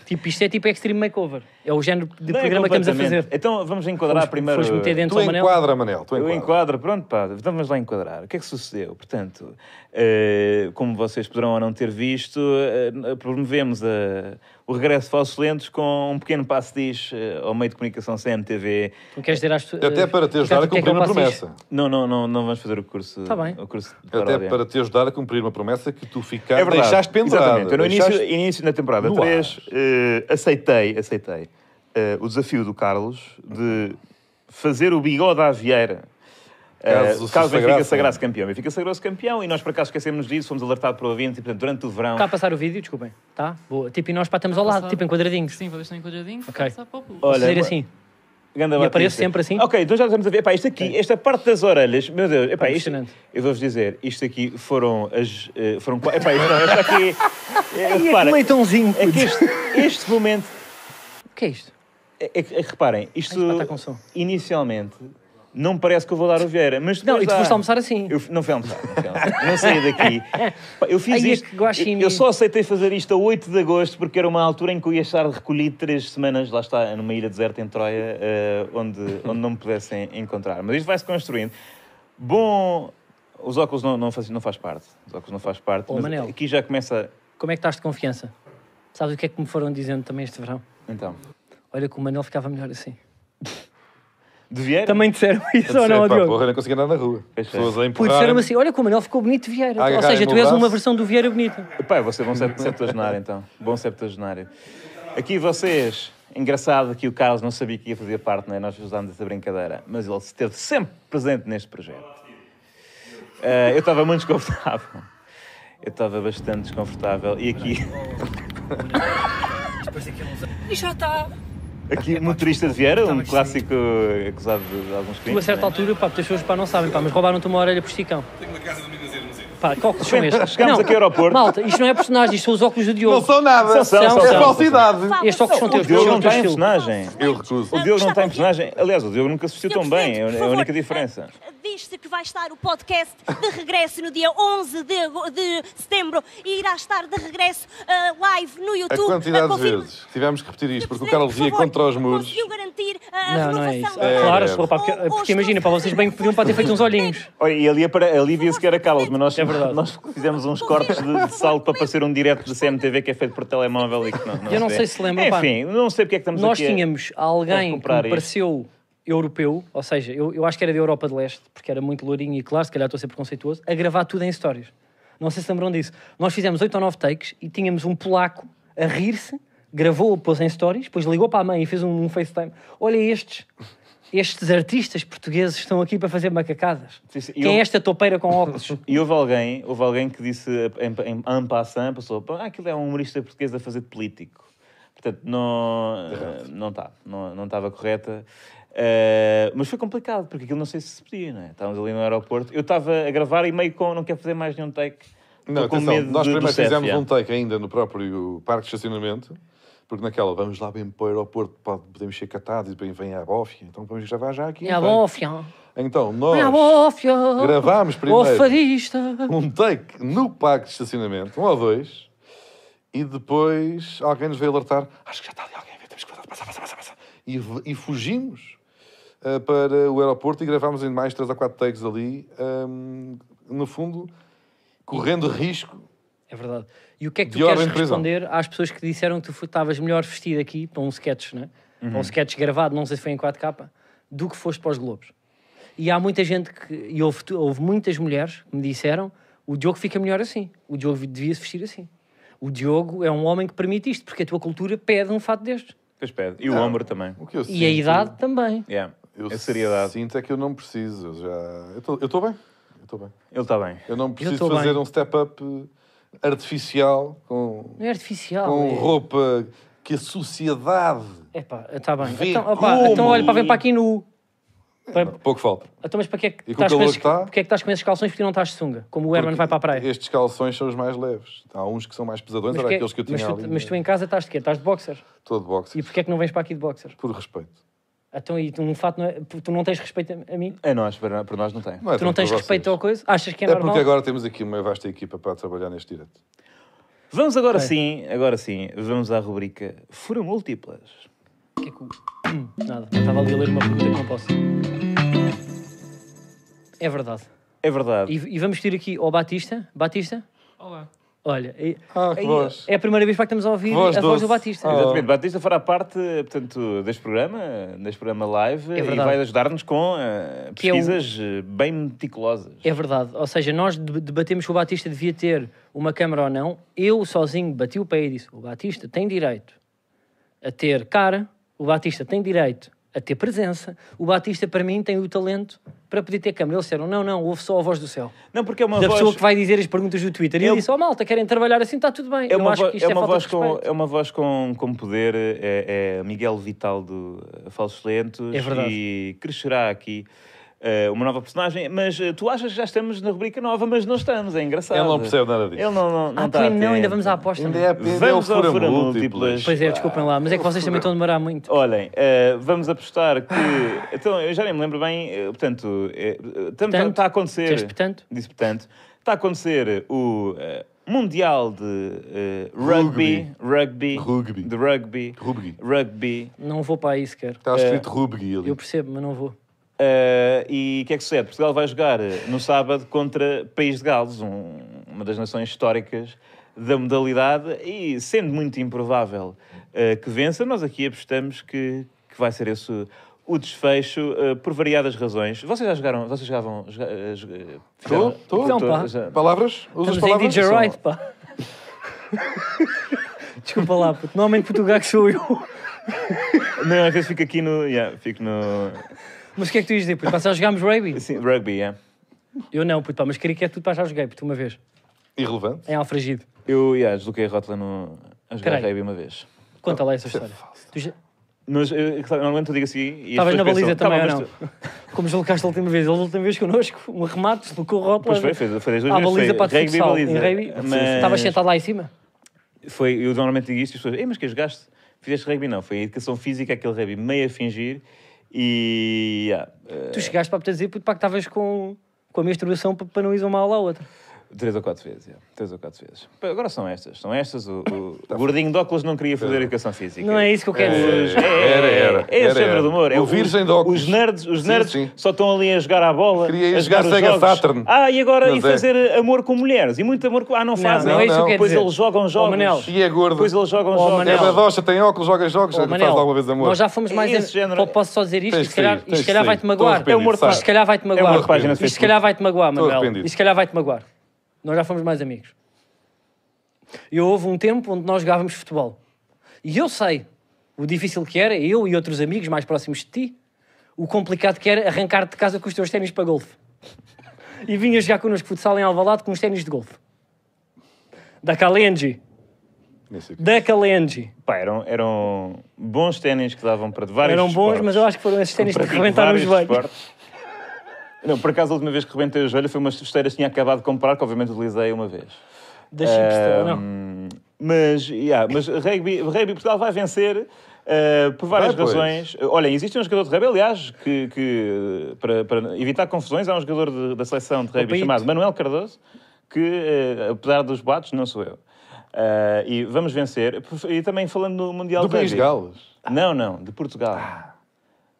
Tipo, isto é tipo Extreme Makeover. É o género de
Não é
programa que estamos a
completamente.
fazer.
Então vamos enquadrar primeiro.
Fores meter dentro
Tu
ao Manel.
enquadra, Manel, tu
Eu
enquadra.
enquadro, pronto, pá, então vamos lá enquadrar. O que é que sucedeu? Portanto, eh, como vocês poderão ou não ter visto, eh, promovemos eh, o regresso de Falsos Lentos com um pequeno passo diz ao meio de comunicação CMTV.
Tu queres dizer às tu-
Até para te
Ricardo,
ajudar a
tu queres que
cumprir
eu
uma
passe isto?
promessa.
Não, não, não, não vamos fazer o curso.
Tá bem.
O curso de
Até
paródia.
para te ajudar a cumprir uma promessa que tu ficaste,
É verdade.
deixaste pendurada.
Exatamente. Eu No
deixaste-
início, início da temporada
no
3,
ar.
aceitei, aceitei eh, o desafio do Carlos de fazer o bigode à vieira.
Caso
Caso,
se
caso Benfica
sagrasse.
sagrasse campeão. Benfica sagrou-se campeão e nós, por acaso, esquecemos disso, fomos alertados pelo ouvinte e, portanto, durante o verão...
Está a passar o vídeo, desculpem. Tá? Boa. Tipo, e nós pá, estamos ao lado,
Passar.
tipo, em quadradinhos.
Sim, para ver se não enquadradinho.
Ok.
Só para o público.
Posso
Olha,
dizer
uma-
assim.
Ganda
E
Batista.
aparece sempre assim?
Ok, então já estamos a ver. Epá, isto aqui, esta parte das orelhas, meu Deus, epá, isto,
Impressionante.
eu vou-vos dizer, isto aqui foram as. eh, foram, qua- epá, isto, não, esta aqui. eh, repara,
leitãozinho.
é que este, este momento.
O que é isto?
É, é que- é que reparem, isto
Ai, pá, tá com som.
inicialmente não parece que eu vou dar o Vieira, mas depois
Não, e tu
dá.
foste almoçar assim.
Eu f- não fui almoçar, não, fui almoçar. Não saí daqui. Pá, Eu fiz
Ai, é
isto.
que guaxinim.
Eu só aceitei fazer isto a 8 de agosto porque era uma altura em que eu ia estar recolhido três semanas, lá está, numa ilha deserta em Troia, eh, onde, onde não me pudessem encontrar. Mas isto vai-se construindo. Bom. Os óculos não, não, faz, não faz parte. Os óculos não faz parte.
Ô,
mas
Manel.
aqui já começa.
Como é que estás de confiança? Sabes o que é que me foram dizendo também este verão?
Então.
Olha que o Manel ficava melhor assim.
De Vieira?
Também disseram isso ou
Disse,
não,
"Epá,
Diogo?
porra, eu não conseguia andar na rua.
Pois é.
Pessoas a
Pô,
empurrar.
disseram-me assim, olha que o Manuel ficou bonito Vieira.
Agarrarem
Ou seja, tu
no
és
braço.
uma versão do Vieira bonita.
Epá, eu vou ser bom sept- septuagenário, então. Bom septuagenário. Aqui vocês... Engraçado que o Carlos não sabia que ia fazer parte, não é? Nós usámos essa brincadeira. Mas ele esteve sempre presente neste projeto. Ah, eu estava muito desconfortável. Eu estava bastante desconfortável. E aqui...
E já está.
Aqui, motorista de Vieira, um clássico acusado de, de alguns
Tu, a
crimes.
certa
não é?
altura, pá, as pessoas pá, não sabem, pá, mas roubaram-te uma orelha por esticão. Tenho uma casa de Pá, que óculos são estes?
Chegámos aqui ao aeroporto.
Malta, isto não é personagem, isto são os óculos do Diogo.
Não são nada.
São, são,
é
são.
falsidade.
Estes óculos são
O
teus,
é
Diogo
são
não
teus
está em
filho.
personagem.
Eu recuso.
O Diogo não está em personagem. Aliás, o Diogo nunca se vestiu tão bem. É a- é a única diferença.
eh, Diz-se que vai estar o podcast de regresso no dia 11 de, ago- de setembro e irá estar de regresso ah, live no
A
YouTube. Ah,
quantidade de
confirma-
vezes que tivemos que repetir isto,
Senhor
porque o
Presidente,
Carlos
por
ia
favor,
contra os muros.
Conseguiu garantir eh, a
Não, não é
renovação
isso.
da-
É,
claro,
é.
se for pá, porque, eh,
Ou- ou
porque imagina,
estou-
para vocês bem que podiam para ter feito uns olhinhos.
Olha, e ali, apare- ali dizia-se que era Carlos, mas nós,
É verdade.
nós fizemos uns cortes de, de salto para parecer um direto de CMTV que é feito por telemóvel e que não, não
Eu não sei se lembra, pá.
Enfim, não sei porque é que estamos
Nós
aqui. a-
tínhamos alguém que
recuperar
me
isto.
pareceu europeu, ou seja, eu, eu acho que era da Europa de Leste, porque era muito lourinho e claro, se calhar estou a ser preconceituoso, a gravar tudo em stories. Não sei se lembram disso. Nós fizemos oito ou nove takes e tínhamos um polaco a rir-se, gravou, pôs em stories, depois ligou para a mãe e fez um, um FaceTime. Olha estes, estes artistas portugueses estão aqui para fazer macacadas.
Sim, sim, e
Quem
eu-
é esta topeira com óculos?
E houve alguém, houve alguém que disse em, em, en passant, passou, "Pá, ah, aquilo é um humorista português a fazer de político. Portanto, não não está, não não estava correta. Eh, mas foi complicado, porque aquilo não sei se se podia, não é? Estávamos ali no aeroporto. Eu estava a gravar e meio com, não quero fazer mais nenhum take.
Não,
Estou com
atenção,
medo
nós
do- do
primeiro
CFA.
fizemos um take ainda no próprio parque de estacionamento, porque naquela vamos lá bem para o aeroporto, pá, podemos ser catados e bem vem a bófia, então vamos gravar já aqui.
Minha
bem.
bófia,
Então,
minha
nós
bófia,
gravámos primeiro
ofarista.
um take no parque de estacionamento, um ou dois, e depois alguém nos veio alertar, acho que já está ali alguém, temos que passar, passar, passar, passar, passar. E, v- e fugimos. eh, para o aeroporto e gravámos em mais três ou quatro takes ali, ehm, no fundo, correndo risco.
É verdade. E o que é que tu
De ordem
queres
de prisão.
responder às pessoas que disseram que tu fo- estavas melhor vestido aqui para um sketch, né?
Uhum.
Para um sketch gravado, não sei se foi em 4K, do que foste para os Globos? E há muita gente que. E houve, tu- houve muitas mulheres que me disseram: o Diogo fica melhor assim. O Diogo devia se vestir assim. O Diogo é um homem que permite isto, porque a tua cultura pede um fato destes.
Pois pede. E o ombro também.
O que eu
E a
sinto-
idade também.
Yeah.
Eu
a seriedade.
sinto é que eu não preciso. eu Já... Eu estou bem. Eu estou bem.
Ele está bem.
Eu não preciso
tô
fazer
bem.
um step-up eh, artificial com,
Não é artificial.
com
é...
roupa que a sociedade.
Epá, está bem.
Vê
Então, opá,
como.
então olha, para ver para aqui nu. Para-
Pouco falta.
Então, mas para que é que
E com o
estás com,
calor
esses,
que tá?
porque é que estás com esses calções porque não estás de sunga? Como o Herman vai para a praia.
Estes calções são os mais leves. Há uns que são mais pesadões,
Mas
era
porque-
aqueles que eu tinha
mas tu,
ali. né?
mas tu em casa estás de quê? Estás de boxer.
Todo boxe.
E porquê é que não vens para aqui de boxer?
Por respeito.
Então, e tu, um fato não é- tu não tens respeito a, a mim?
É nós, para, para nós não tem.
é
Tu não
tanto
tens
para
respeito
Então, vocês.
ao coisa? Achas que é,
É
normal?
porque agora temos aqui uma vasta equipa para trabalhar neste direto.
Vamos agora sim, agora sim, vamos à rubrica Fura Múltiplas.
O que é que o- Hum, Nada. Eu Estava ali a ler uma pergunta que não posso. É verdade.
É verdade.
E, e vamos ter aqui ao Batista. Batista?
Olá.
Olha, e-
Ah, que voz.
é a primeira vez para que estamos a ouvir
Voz
a voz
doce.
do Batista.
Ah.
Exatamente, Batista fará parte, portanto, deste programa, deste programa live, e
É verdade.
vai ajudar-nos com eh,
Que é o-
pesquisas eh, bem meticulosas.
É verdade. Ou seja, nós deb- debatemos se o Batista devia ter uma câmara ou não. Eu sozinho bati o pé e disse: o Batista tem direito a ter cara, o Batista tem direito a ter presença, o Batista, para mim, tem o talento para poder ter câmara. Eles disseram: não, não, ouve só a voz do céu.
Não, porque é uma
da
voz...
pessoa que vai dizer as perguntas do Twitter. E
É
eu
um-
disse: oh malta, querem trabalhar assim, está tudo bem.
É
eu não
uma,
acho
vo-
que
é
isto é,
uma
falta de
voz com,
respeito.
é uma voz com, com poder, é, é Miguel Vital do eh, Falsos Lentos
É verdade.
e crescerá aqui eh, uma nova personagem. Mas eh, tu achas que já estamos na rubrica nova, mas não estamos, é engraçado.
Ele não percebe nada disso.
Ele não, não, não
Ah,
está
pois não, ainda
atento.
vamos à aposta.
Ainda
não
é
é?
apenas
Vamos ao tipo
fura
fura múltiplas.
múltiplas.
Pois é, desculpem lá, mas é que vocês também estão a demorar muito. Ah.
Olhem, eh, vamos apostar que. Então, eu já nem me lembro bem. eh, portanto, está
Portanto,
a acontecer.
disseste portanto?
Disse portanto. Está a acontecer o eh, Mundial de eh, rugby, rugby.
Rugby.
De rugby.
Rugby.
Rugby.
Não vou para aí sequer.
Está escrito Rubgui
Eu
ali.
percebo, mas não vou.
Eh, e o que é que sucede? Portugal vai jogar eh, no sábado contra País de Gales, um- uma das nações históricas da modalidade, e sendo muito improvável eh, que vença, nós aqui apostamos que, que vai ser esse o- o desfecho, eh, por variadas razões. Vocês já jogaram? Vocês jogavam? joga- eh, joga- eh, fizeram-
tô.
Então, pá.
já-
Palavras? Usas
Estamos em
palavras?
DJ Right, pá. Desculpa lá, puto. é Normalmente Portugal que sou eu.
Não, às vezes fico aqui no. yeah, fico no.
Mas o que é que tu ias dizer, puto? Pá, já jogámos rugby?
Sim, rugby, yeah.
Eu não, puto, pá. Mas cricket, tudo pá, já joguei, puto, uma vez.
Irrelevante.
Em Alfragido.
Eu yeah, desloquei a rótula no. a jogar
Peraí.
rugby uma vez.
Conta lá essa
é
história. Tu já-
Mas, eh, normalmente eu digo assim. e as
Estavas
pessoas
na baliza
pensam, "Tá bom,
também, ou
mas
não?
tu-
Como deslocaste a última vez. Ele, a última vez connosco, um remate, deslocou o rótulo.
Pois foi, foi, foi das duas
À
vezes,
Ah, baliza
foi
para de
rugby e
futsal. Em
baliza.
rugby,
Mas
estavas sentado lá em cima.
Foi, eu normalmente digo isto e as pessoas, Ei, mas que jogaste? Fizeste rugby? Não, foi a educação física, aquele rugby meio a fingir e... ah, eh,
Tu chegaste para poder dizer, puto, pá, que estavas com, com a menstruação para, para não ir uma aula à outra.
três ou quatro vezes, yeah, três ou quatro vezes. Pá, Agora são estas, são estas. O, o- o gordinho de óculos não queria fazer educação física.
Não é isso que eu quero dizer.
É, é,
Tá Era,
é,
era,
É
era,
esse género
era.
de humor. é
O virgem de óculos.
Os nerds, os
Sim,
nerds
sim.
só estão ali a jogar à bola.
Queria ir
a
jogar
os
Sega
jogos.
Saturn.
Ah, e agora e
Mas é.
fazer amor com mulheres. E muito amor com. Ah, não fazem.
não é
isso que eu quero
Depois
dizer.
eles jogam
Oh,
jogos.
Manel.
E é gordo.
Depois eles jogam
Oh,
jogos.
Manel.
É badocha, tem óculos, joga jogos, já
Oh,
faz
Manel,
alguma vez amor.
Nós já fomos
É
mais.
esse género, é.
Posso só dizer isto?
Tens
E se calhar,
que sair,
isto se calhar
tens que sair.
vai-te magoar.
Estou
É o morto
sai.
Isto se calhar vai-te
É uma
magoar.
página de
Isto se
Facebook.
calhar vai-te magoar, Manuel.
arrependido.
Isto se calhar vai-te magoar. Nós já fomos mais amigos. E houve um tempo onde nós jogávamos futebol. E eu sei o difícil que era, eu e outros amigos mais próximos de ti, o complicado que era arrancar de casa com os teus ténis para golfe. E vinha jogar connosco futsal em Alvalade com os ténis de golfe. Da Kalenji.
Nem sei o que. é
Da Kalenji.
Pá, eram, eram bons ténis que davam para vários
Eram bons,
esportes.
mas eu acho que foram esses ténis que
Pratico
rebentaram os
vários
joelhos.
esportes. Não, por acaso a última vez que rebentei o joelho foi umas esteiras que tinha acabado de comprar, que obviamente utilizei uma vez.
Da
Ehm,
Chipster, não.
Ahm, Hum, Mas, yeah, mas rugby, rugby Portugal vai vencer ah, por várias
Vai, pois.
razões. Olhem, existe um jogador de rugby, aliás, que, que, para, para evitar confusões, há um jogador de- da seleção de rugby
Paito.
chamado Manuel Cardoso, que ah, apesar dos bates, não sou eu. Ah, e vamos vencer. E também falando no Mundial
Do
de
País de
Rugby.
Gales.
Não, não, de Portugal.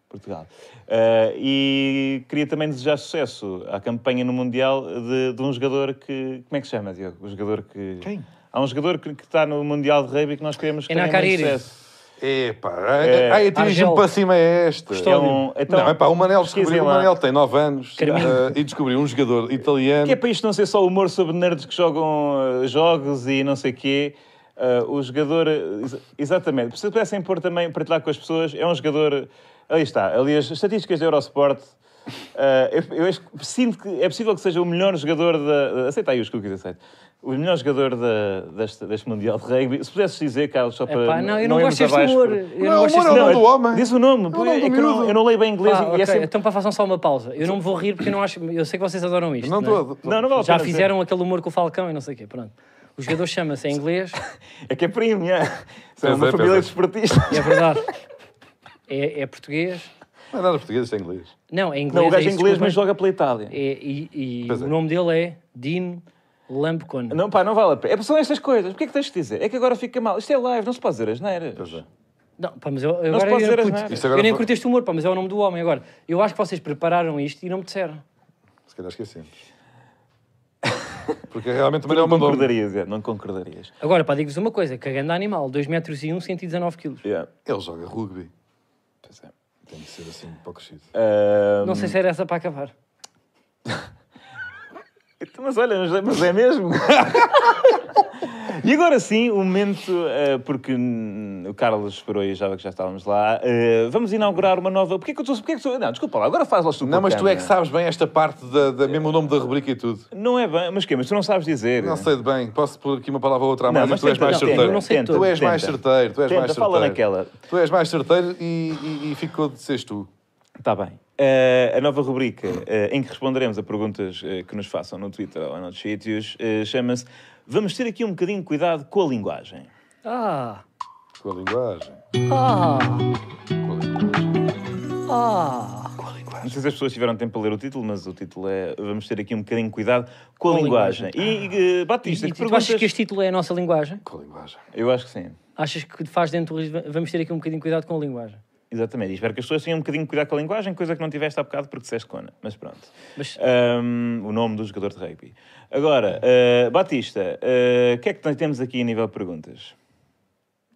Portugal. Eh, e queria também desejar sucesso à campanha no Mundial de, de um jogador que. Como é que se chama, Diogo? O jogador que. Quem? Há um jogador que, que está no Mundial de Rugby que nós queremos que
Enan
tenha mais
Kariri.
sucesso.
Epá, é, aí atinge-me
Argel.
para cima é esta.
É um- então,
não, é pá, o Manel
pesquisem
descobriu, o
lá.
Manel tem 9 anos
Carminho.
eh, e descobriu um jogador italiano.
Que é para isto não ser só humor sobre nerds que jogam eh, jogos e não sei quê. Ah, o jogador. eh, ex- exatamente. Se pudessem pôr também, partilhar com as pessoas, é um jogador. Ali está. Ali as estatísticas da Eurosport. Ah, eu, eu acho que sinto que é possível que seja o melhor jogador da. Aceita aí os cookies, aceito. O melhor jogador da, deste, deste Mundial de Rugby. Se pudesses dizer, Carlos, só para.
Epá, é não, eu não,
irmos
gosto deste
abaixo,
humor.
porque-
Eu
Não,
não gosto
humor é
deste
o
humor.
nome do homem.
Diz o nome.
o nome
é
do
que eu, não,
miúdo.
eu não leio bem inglês.
Pá,
e
ok,
é sempre-
Então, pá, façam só uma pausa. Eu não me vou rir porque eu não acho. Eu sei que vocês adoram isto.
não
não é?
estou.
Não, não vale a
Já
pena dizer.
fizeram aquele humor com o Falcão e não sei o quê. Pronto. O jogador chama-se em inglês.
É que é primo, é. São
Pois
uma
é, pois
família
é.
de esportistas.
É verdade. É, é português.
Não é nada português, isto é inglês.
Não, é inglês.
Não, o gajo
é
é
isso,
inglês,
desculpa.
mas joga pela Itália.
É, e e
Pois é.
o nome dele é Dean Lampcon.
Não, pá, não vale a pena. É, são estas coisas. Porquê é que tens de dizer? É que agora fica mal. Isto é live, não se pode dizer as neiras.
é.
Não, pá, mas eu,
Não se
agora
pode
eu,
dizer
era
as
puto.
neiras.
Isto agora
eu nem
foi-
curti este humor, pá, mas é o nome do homem. Agora, eu acho que vocês prepararam isto e não me disseram.
Se calhar esquecemos. Porque realmente o Manel
Não
mandou.
concordarias, é, não concordarias.
Agora, pá, digo-vos uma coisa: cagando animal, 2 metros e 1, 119 quilos.
Yeah.
Ele joga rugby. Pois é. Tem que ser assim, um pouco crescido.
Ah,
Não sei se era essa para acabar.
então, mas olha, mas é- mas é mesmo. e agora sim, o momento, ah, porque hum, o Carlos esperou e achava que já estávamos lá. Ah, vamos inaugurar uma nova. Porquê que eu estou. Porquê que estou... Não, desculpa lá, agora faz lá
Não, mas tu é que sabes bem esta parte, da,
É.
da- mesmo o nome da rubrica e tudo.
Não é bem, mas quê? Mas tu não sabes dizer.
Não sei de bem, posso pôr aqui uma palavra ou outra a
Não,
mais,
mas
mas tu és
tenta,
mais
não,
tenta,
certeiro.
eu não sei
tenta,
tudo.
Tu és mais
tenta.
certeiro, tu és
Tenta,
mais certeiro.
fala naquela.
Tu és mais certeiro e, e, e ficou de seres tu.
Está Tá bem. Eh, a nova rubrica eh, em que responderemos a perguntas eh, que nos façam no Twitter ou noutros sítios eh, chama-se Vamos ter aqui um bocadinho de cuidado com a linguagem.
Ah,
Com a linguagem.
ah,
Com a linguagem.
ah.
Não sei se as pessoas tiveram tempo para ler o título, mas o título é Vamos ter aqui um bocadinho de cuidado com a linguagem. E, eh,
E,
Batista,
Ah. e
que
tu achas
perguntas...
que este título é a nossa linguagem?
Com a linguagem.
Eu acho que sim.
Achas que faz dentro do risco? Vamos ter aqui um bocadinho de cuidado com a linguagem.
Exatamente. E espero que as pessoas tenham um bocadinho de cuidado com a linguagem, coisa que não tiveste há bocado porque disseste cona. Mas pronto.
Mas-
É. Ahm, o nome do jogador de rugby. Agora, eh, Batista, eh, o que é que nós temos aqui a nível de perguntas?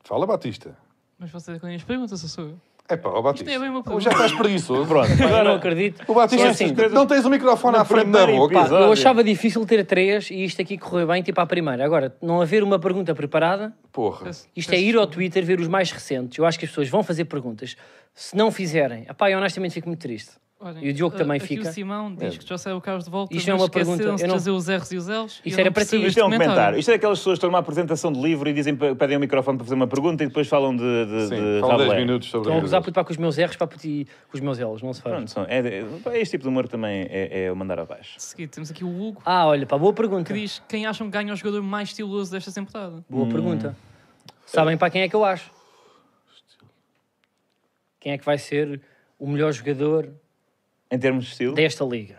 Fala, Batista.
Mas vocês é que as perguntas, eu sou eu.
É pá, ó Batista.
é bem uma
já
pergunta.
estás preguiçoso.
Pronto.
Eu não
Agora,
acredito.
O Batista, é
Só assim,
coisas-
não tens o microfone
No
à frente da
primeiro
boca.
pá,
episódio.
eu achava difícil ter três e isto aqui correu bem, tipo à primeira. Agora, não haver uma pergunta preparada,
Porra.
Peço-
isto é
peço
ir ao Twitter ver os mais recentes. Eu acho que as pessoas vão fazer perguntas. Se não fizerem, apá, eu honestamente fico muito triste.
Olhem,
E o Diogo
uh,
também
aqui
fica.
O Simão diz que já saiu o Carlos de volta.
Isto
Isto
não
é
é uma
esqueceram-se
pergunta, eu
de
não-
trazer os R's e os L's. e
Isto
eu
era
não percebo
para ti.
Isto
este
é um comentário.
comentário.
Isto é aquelas pessoas que estão numa apresentação de livro e dizem, pedem o microfone para fazer uma pergunta e depois falam de, de,
Sim,
de
fala 10
Rabelais.
minutos sobre
Estão a
isso.
gozar puto, pá, com os meus erros pá, puto, e com os meus elos, não se faz.
Pronto, são- é, é- este tipo de humor também é, é o mandar abaixo.
Seguido, temos aqui o Hugo,
Ah, olha, pá, boa pergunta.
que diz quem acham que ganha o jogador mais estiloso desta temporada.
Boa pergunta.
Hum.
Sabem para quem é que eu acho? Quem é que vai ser o melhor jogador
Em termos de estilo,
desta liga?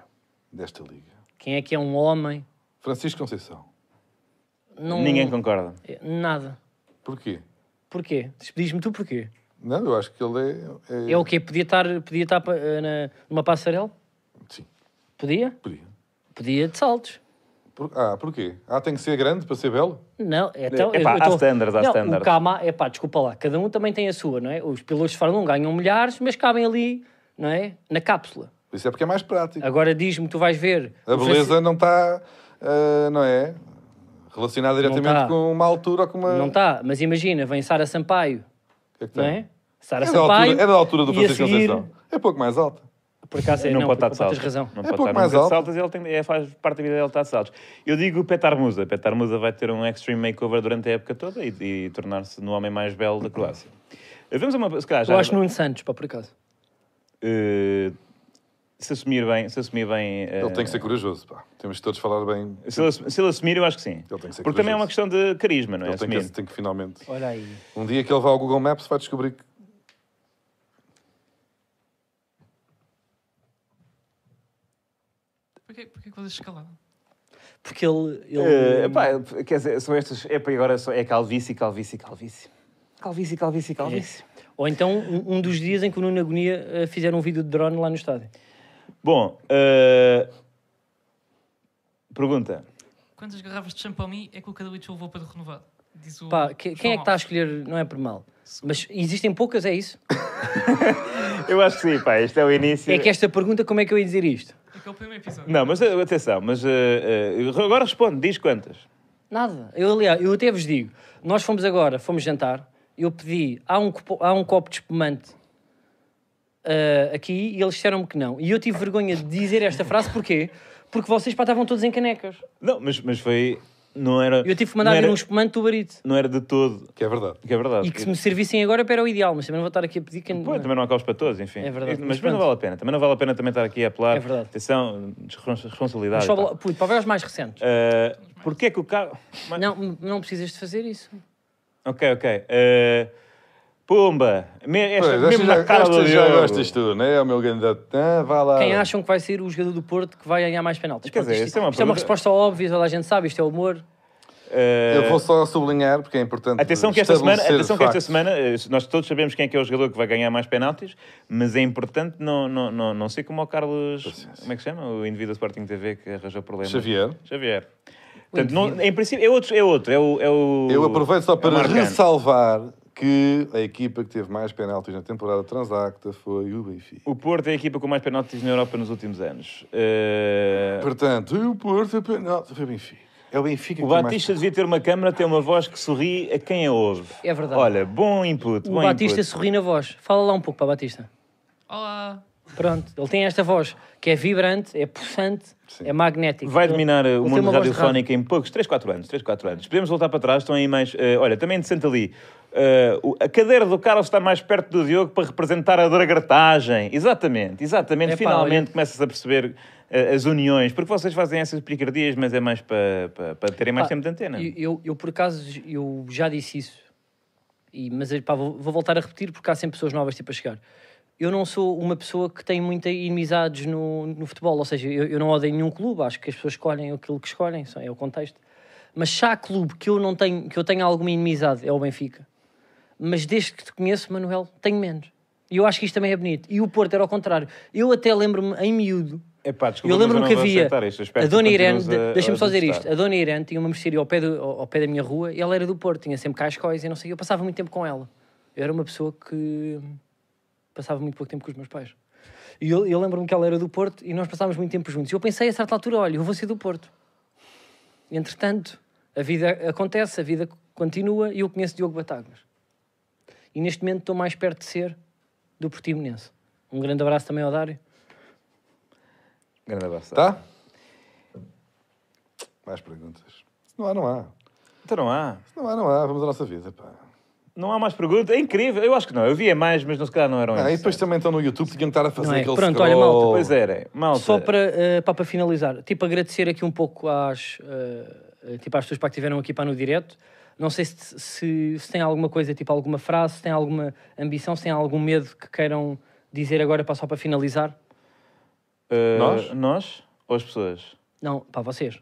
Desta liga.
Quem é que é um homem?
Francisco Conceição.
Não- é
ninguém concorda.
Nada.
Porquê?
Porquê? Diz-me tu porquê.
Não, eu acho que ele é...
É o quê? Podia estar, podia estar pa- eh, na- numa passarela?
Sim,
Podia?
podia.
Podia de saltos.
Por- Ah, porquê? Ah, tem que ser grande para ser belo?
Não, é tão,
Epá, há
tô-
standards, há
não,
standards.
O Kama, é pá, desculpa lá, cada um também tem a sua, não é? Os pilotos de Fórmula 1 ganham milhares, mas cabem ali, não é? Na cápsula.
Isso é porque é mais prático.
Agora diz-me, tu vais ver.
A
o
beleza não está, ah, não é? Relacionada diretamente
tá.
com uma altura ou com uma.
Não
tá,
está, mas imagina, vem Sara Sampaio,
O que é que
não
tem?
é? Sara
É
um
da,
Sampaio.
altura, é da altura do
e a
Francisco
seguir-
Conceição. É pouco mais alta.
Por acaso é,
não,
não,
pode estar de
desculpa,
saltos.
tens razão.
Não
É
pode
pouco
estar
mais
nunca de
alto.
saltos e ele tem- é, faz parte da vida dele estar de saltos. Eu digo Petar Musa. Petar Musa vai ter um extreme makeover durante a época toda e, e tornar-se no homem mais belo da Croácia. Vamos a uma... Se calhar, já-
Eu acho Nuno Santos, pá, por acaso.
Eh, se assumir bem... Se assumir bem... eh,
Ele tem que ser corajoso, pá. Temos de todos falar bem.
Se ele, assu- se ele assumir, eu acho que sim.
tem que ser
Porque também é
corajoso.
uma questão de carisma, não é?
Ele tem que,
Assumir.
tem que finalmente.
Olha aí.
Um dia que ele vá ao Google Maps vai descobrir que.
Porquê, porquê que vocês escalaram?
Porque ele. ele- é
Eh, pá, quer dizer, são estas. É, pá, agora só é calvície, calvície, calvície.
Calvície, calvície, calvície.
Ou então um, um dos dias em que o Nuno Agonia eh, fizeram um vídeo de drone lá no estádio.
Bom, eh, pergunta.
Quantas garrafas de champanhe é que o Cadalich levou para renovar? Diz o
Pá, que- quem é que
João
está a
Alves.
escolher? Não é por mal. Mas existem poucas, é isso?
Eu acho que sim, pá, este é o início.
É que esta pergunta, como é que eu ia dizer isto?
Aquele primeiro episódio.
Não, mas eh, atenção, mas eh, eh, agora responde, diz quantas.
Nada. Eu, aliás, eu até vos digo, nós fomos agora, fomos jantar, eu pedi, há um, copo- há um copo de espumante ah, aqui e eles disseram-me que não. E eu tive vergonha de dizer esta frase, porquê? Porque vocês pá, estavam todos em canecas.
Não, mas, mas foi. Não era.
Eu tive que mandar
não
vir
era,
um espumante do barito.
Não era de todo.
Que é verdade.
Que é verdade.
E que se me servissem agora para era o ideal, mas também não vou estar aqui a pedir que...
Pô, também não há caos para todos, enfim.
É verdade.
Mas,
Mas
também não
pronto.
vale a pena. Também não vale a pena também estar aqui a apelar.
É verdade.
Atenção, respons- responsabilidade.
Só,
pá.
puto, para ver os mais recentes.
Eh, Porquê é que o carro. Mas-
Não, não precisas de fazer isso.
Ok, ok. Eh, Pumba! Me, esta,
Pois,
mesmo
esta
na
já,
cara do
esta já
Diogo.
gostas tu, não é, meu grande... Ah, vá lá.
Quem acham que vai ser o jogador do Porto que vai ganhar mais penaltis?
Quer
Pronto,
dizer, isso
isto,
é uma
isto é uma
pergunta-
resposta óbvia, toda a gente sabe, isto é humor.
Eh,
Eu vou só sublinhar, porque é importante
Atenção que esta semana,
estabelecer
atenção que esta
factos.
semana eh, nós todos sabemos quem é que é o jogador que vai ganhar mais penaltis, mas é importante não, não, não, não ser como o Carlos, como é que se chama? O indivíduo do Sporting TV que arranjou problemas.
Xavier.
Xavier. Portanto, não, em princípio, é outro, é outro, é o... É o
Eu aproveito
é
só
o
para
Marcano.
ressalvar que a equipa que teve mais penaltis na temporada transacta foi o Benfica.
O Porto é a equipa com mais penaltis na Europa nos últimos anos. Eh,
Portanto, e o Porto é penalti, foi o Benfica. É o Benfica
o
que tem
Batista devia ter uma câmara, ter uma voz que sorri a quem a ouve.
É verdade.
Olha, bom input,
O
bom
Batista
input.
sorri na voz. Fala lá um pouco para o Batista.
Olá.
Pronto, ele tem esta voz que é vibrante, é pulsante, é magnética.
Vai dominar
Ele-
uh, o
ele tem
mundo
uma voz de
radiofónico em poucos, 3, 4 anos, 3, 4 anos. Podemos voltar para trás, estão aí mais... eh, olha, também é interessante ali, eh, o- a cadeira do Carlos está mais perto do Diogo para representar a dragartagem. Exatamente, exatamente.
Epá,
Finalmente
olha.
começas a perceber eh, as uniões, porque vocês fazem essas picardias, mas é mais para, para, para terem mais
Pá,
tempo de antena.
Eu, eu- eu, por acaso, eu já disse isso. E, mas pá, vou, vou voltar a repetir porque há sempre pessoas novas tipo a chegar. Eu não sou uma pessoa que tem muita inimizades no, no futebol, ou seja, eu, eu não odeio nenhum clube, acho que as pessoas escolhem aquilo que escolhem, só é o contexto. Mas se há clube que eu não tenho, que eu tenha alguma inimizade, é o Benfica. Mas desde que te conheço, Manuel, tenho menos. E eu acho que isto também é bonito. E o Porto era ao contrário. Eu até lembro-me, em miúdo,
Epá, desculpa,
eu
mas
lembro-me
não
que
vou
havia
aceitar isto. Eu espero
a
que
Dona
tu
Irene,
continues a-
de- deixa-me
a
só dizer
protestar.
isto. A Dona Irene tinha uma mercearia ao pé, do- ao ao pé da minha rua e ela era do Porto, tinha sempre cascóis e não sei. Eu passava muito tempo com ela. Eu era uma pessoa que passava muito pouco tempo com os meus pais. E eu, eu lembro-me que ela era do Porto e nós passávamos muito tempo juntos. E eu pensei a certa altura: olha, eu vou ser do Porto. Entretanto, a vida acontece, a vida continua e eu conheço Diogo Batagas. E neste momento estou mais perto de ser do Portimonense. Um grande abraço também ao Dário.
Grande abraço.
Tá? Mais perguntas. Não há, não há.
Então não há.
Não há, não há. Vamos à nossa vida, pá.
Não há mais perguntas? É incrível. Eu acho que não. Eu via mais, mas não se calhar não eram
Ah, e
esses.
depois também estão no YouTube, tinham que estar a fazer
Não é?
aquele
Pronto,
scroll.
olha, malta,
Pois é. era. Malta.
Só para, eh, pá, para finalizar, tipo, agradecer aqui um pouco às, eh, eh, tipo, às pessoas pá, que estiveram aqui para no direto. Não sei se, se, se tem alguma coisa, tipo alguma frase, se tem alguma ambição, se tem algum medo que queiram dizer agora pá, só para finalizar.
Uh,
Nós?
Nós ou as pessoas?
Não, para vocês.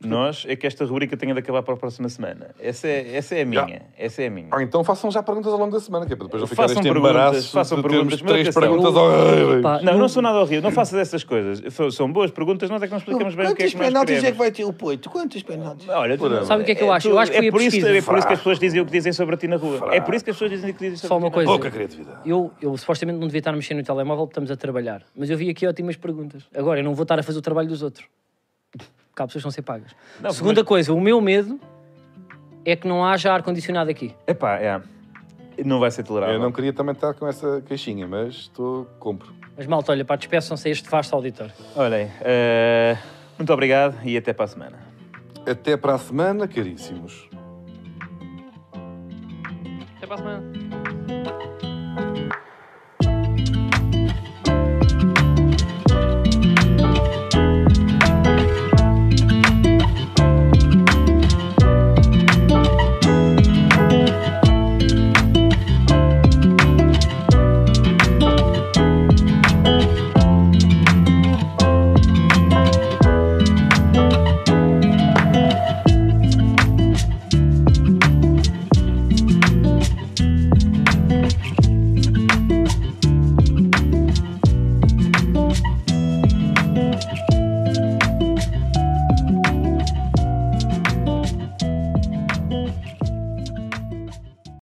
Nós é que esta rubrica tenha de acabar para a próxima semana. Essa é, essa é a minha.
Já.
Essa é a minha.
Ou então façam já perguntas ao longo da semana, que é para depois não ficar
Façam
este
perguntas,
embaraço
façam
de
perguntas,
termos
mas
três
atenção.
perguntas ao...
Pá,
Não, não sou nada horrível. Não faças essas coisas. São- São boas perguntas, nós é que não explicamos bem o que é que nós queremos.
vai ter o Poito? Quantos penaltis?
Olha, tu-
Sabe o que é que eu acho?
tu-
Eu acho que
é
foi a
por isso,
pesquisa.
é por isso que as pessoas dizem o que dizem sobre ti na rua. É por isso que as pessoas dizem o que dizem sobre
Só
ti
uma
na
coisa.
rua.
Pouca criatividade.
Eu, eu supostamente não devia estar a mexer no telemóvel, porque estamos a trabalhar. Mas eu vi aqui ótimas perguntas. Agora, eu não vou estar a fazer o trabalho dos outros. Porque há pessoas que não ser pagas.
Não,
Segunda
mas-
coisa, o meu medo é que não haja ar-condicionado aqui.
Epá, é. Não vai ser tolerável.
Eu não queria também estar com essa queixinha, mas estou... compro.
Mas malta, olha, pá, despeçam-se a este vasto auditório.
Olhem, eh, muito obrigado e até para a semana.
Até para a semana, caríssimos.
Até para a semana.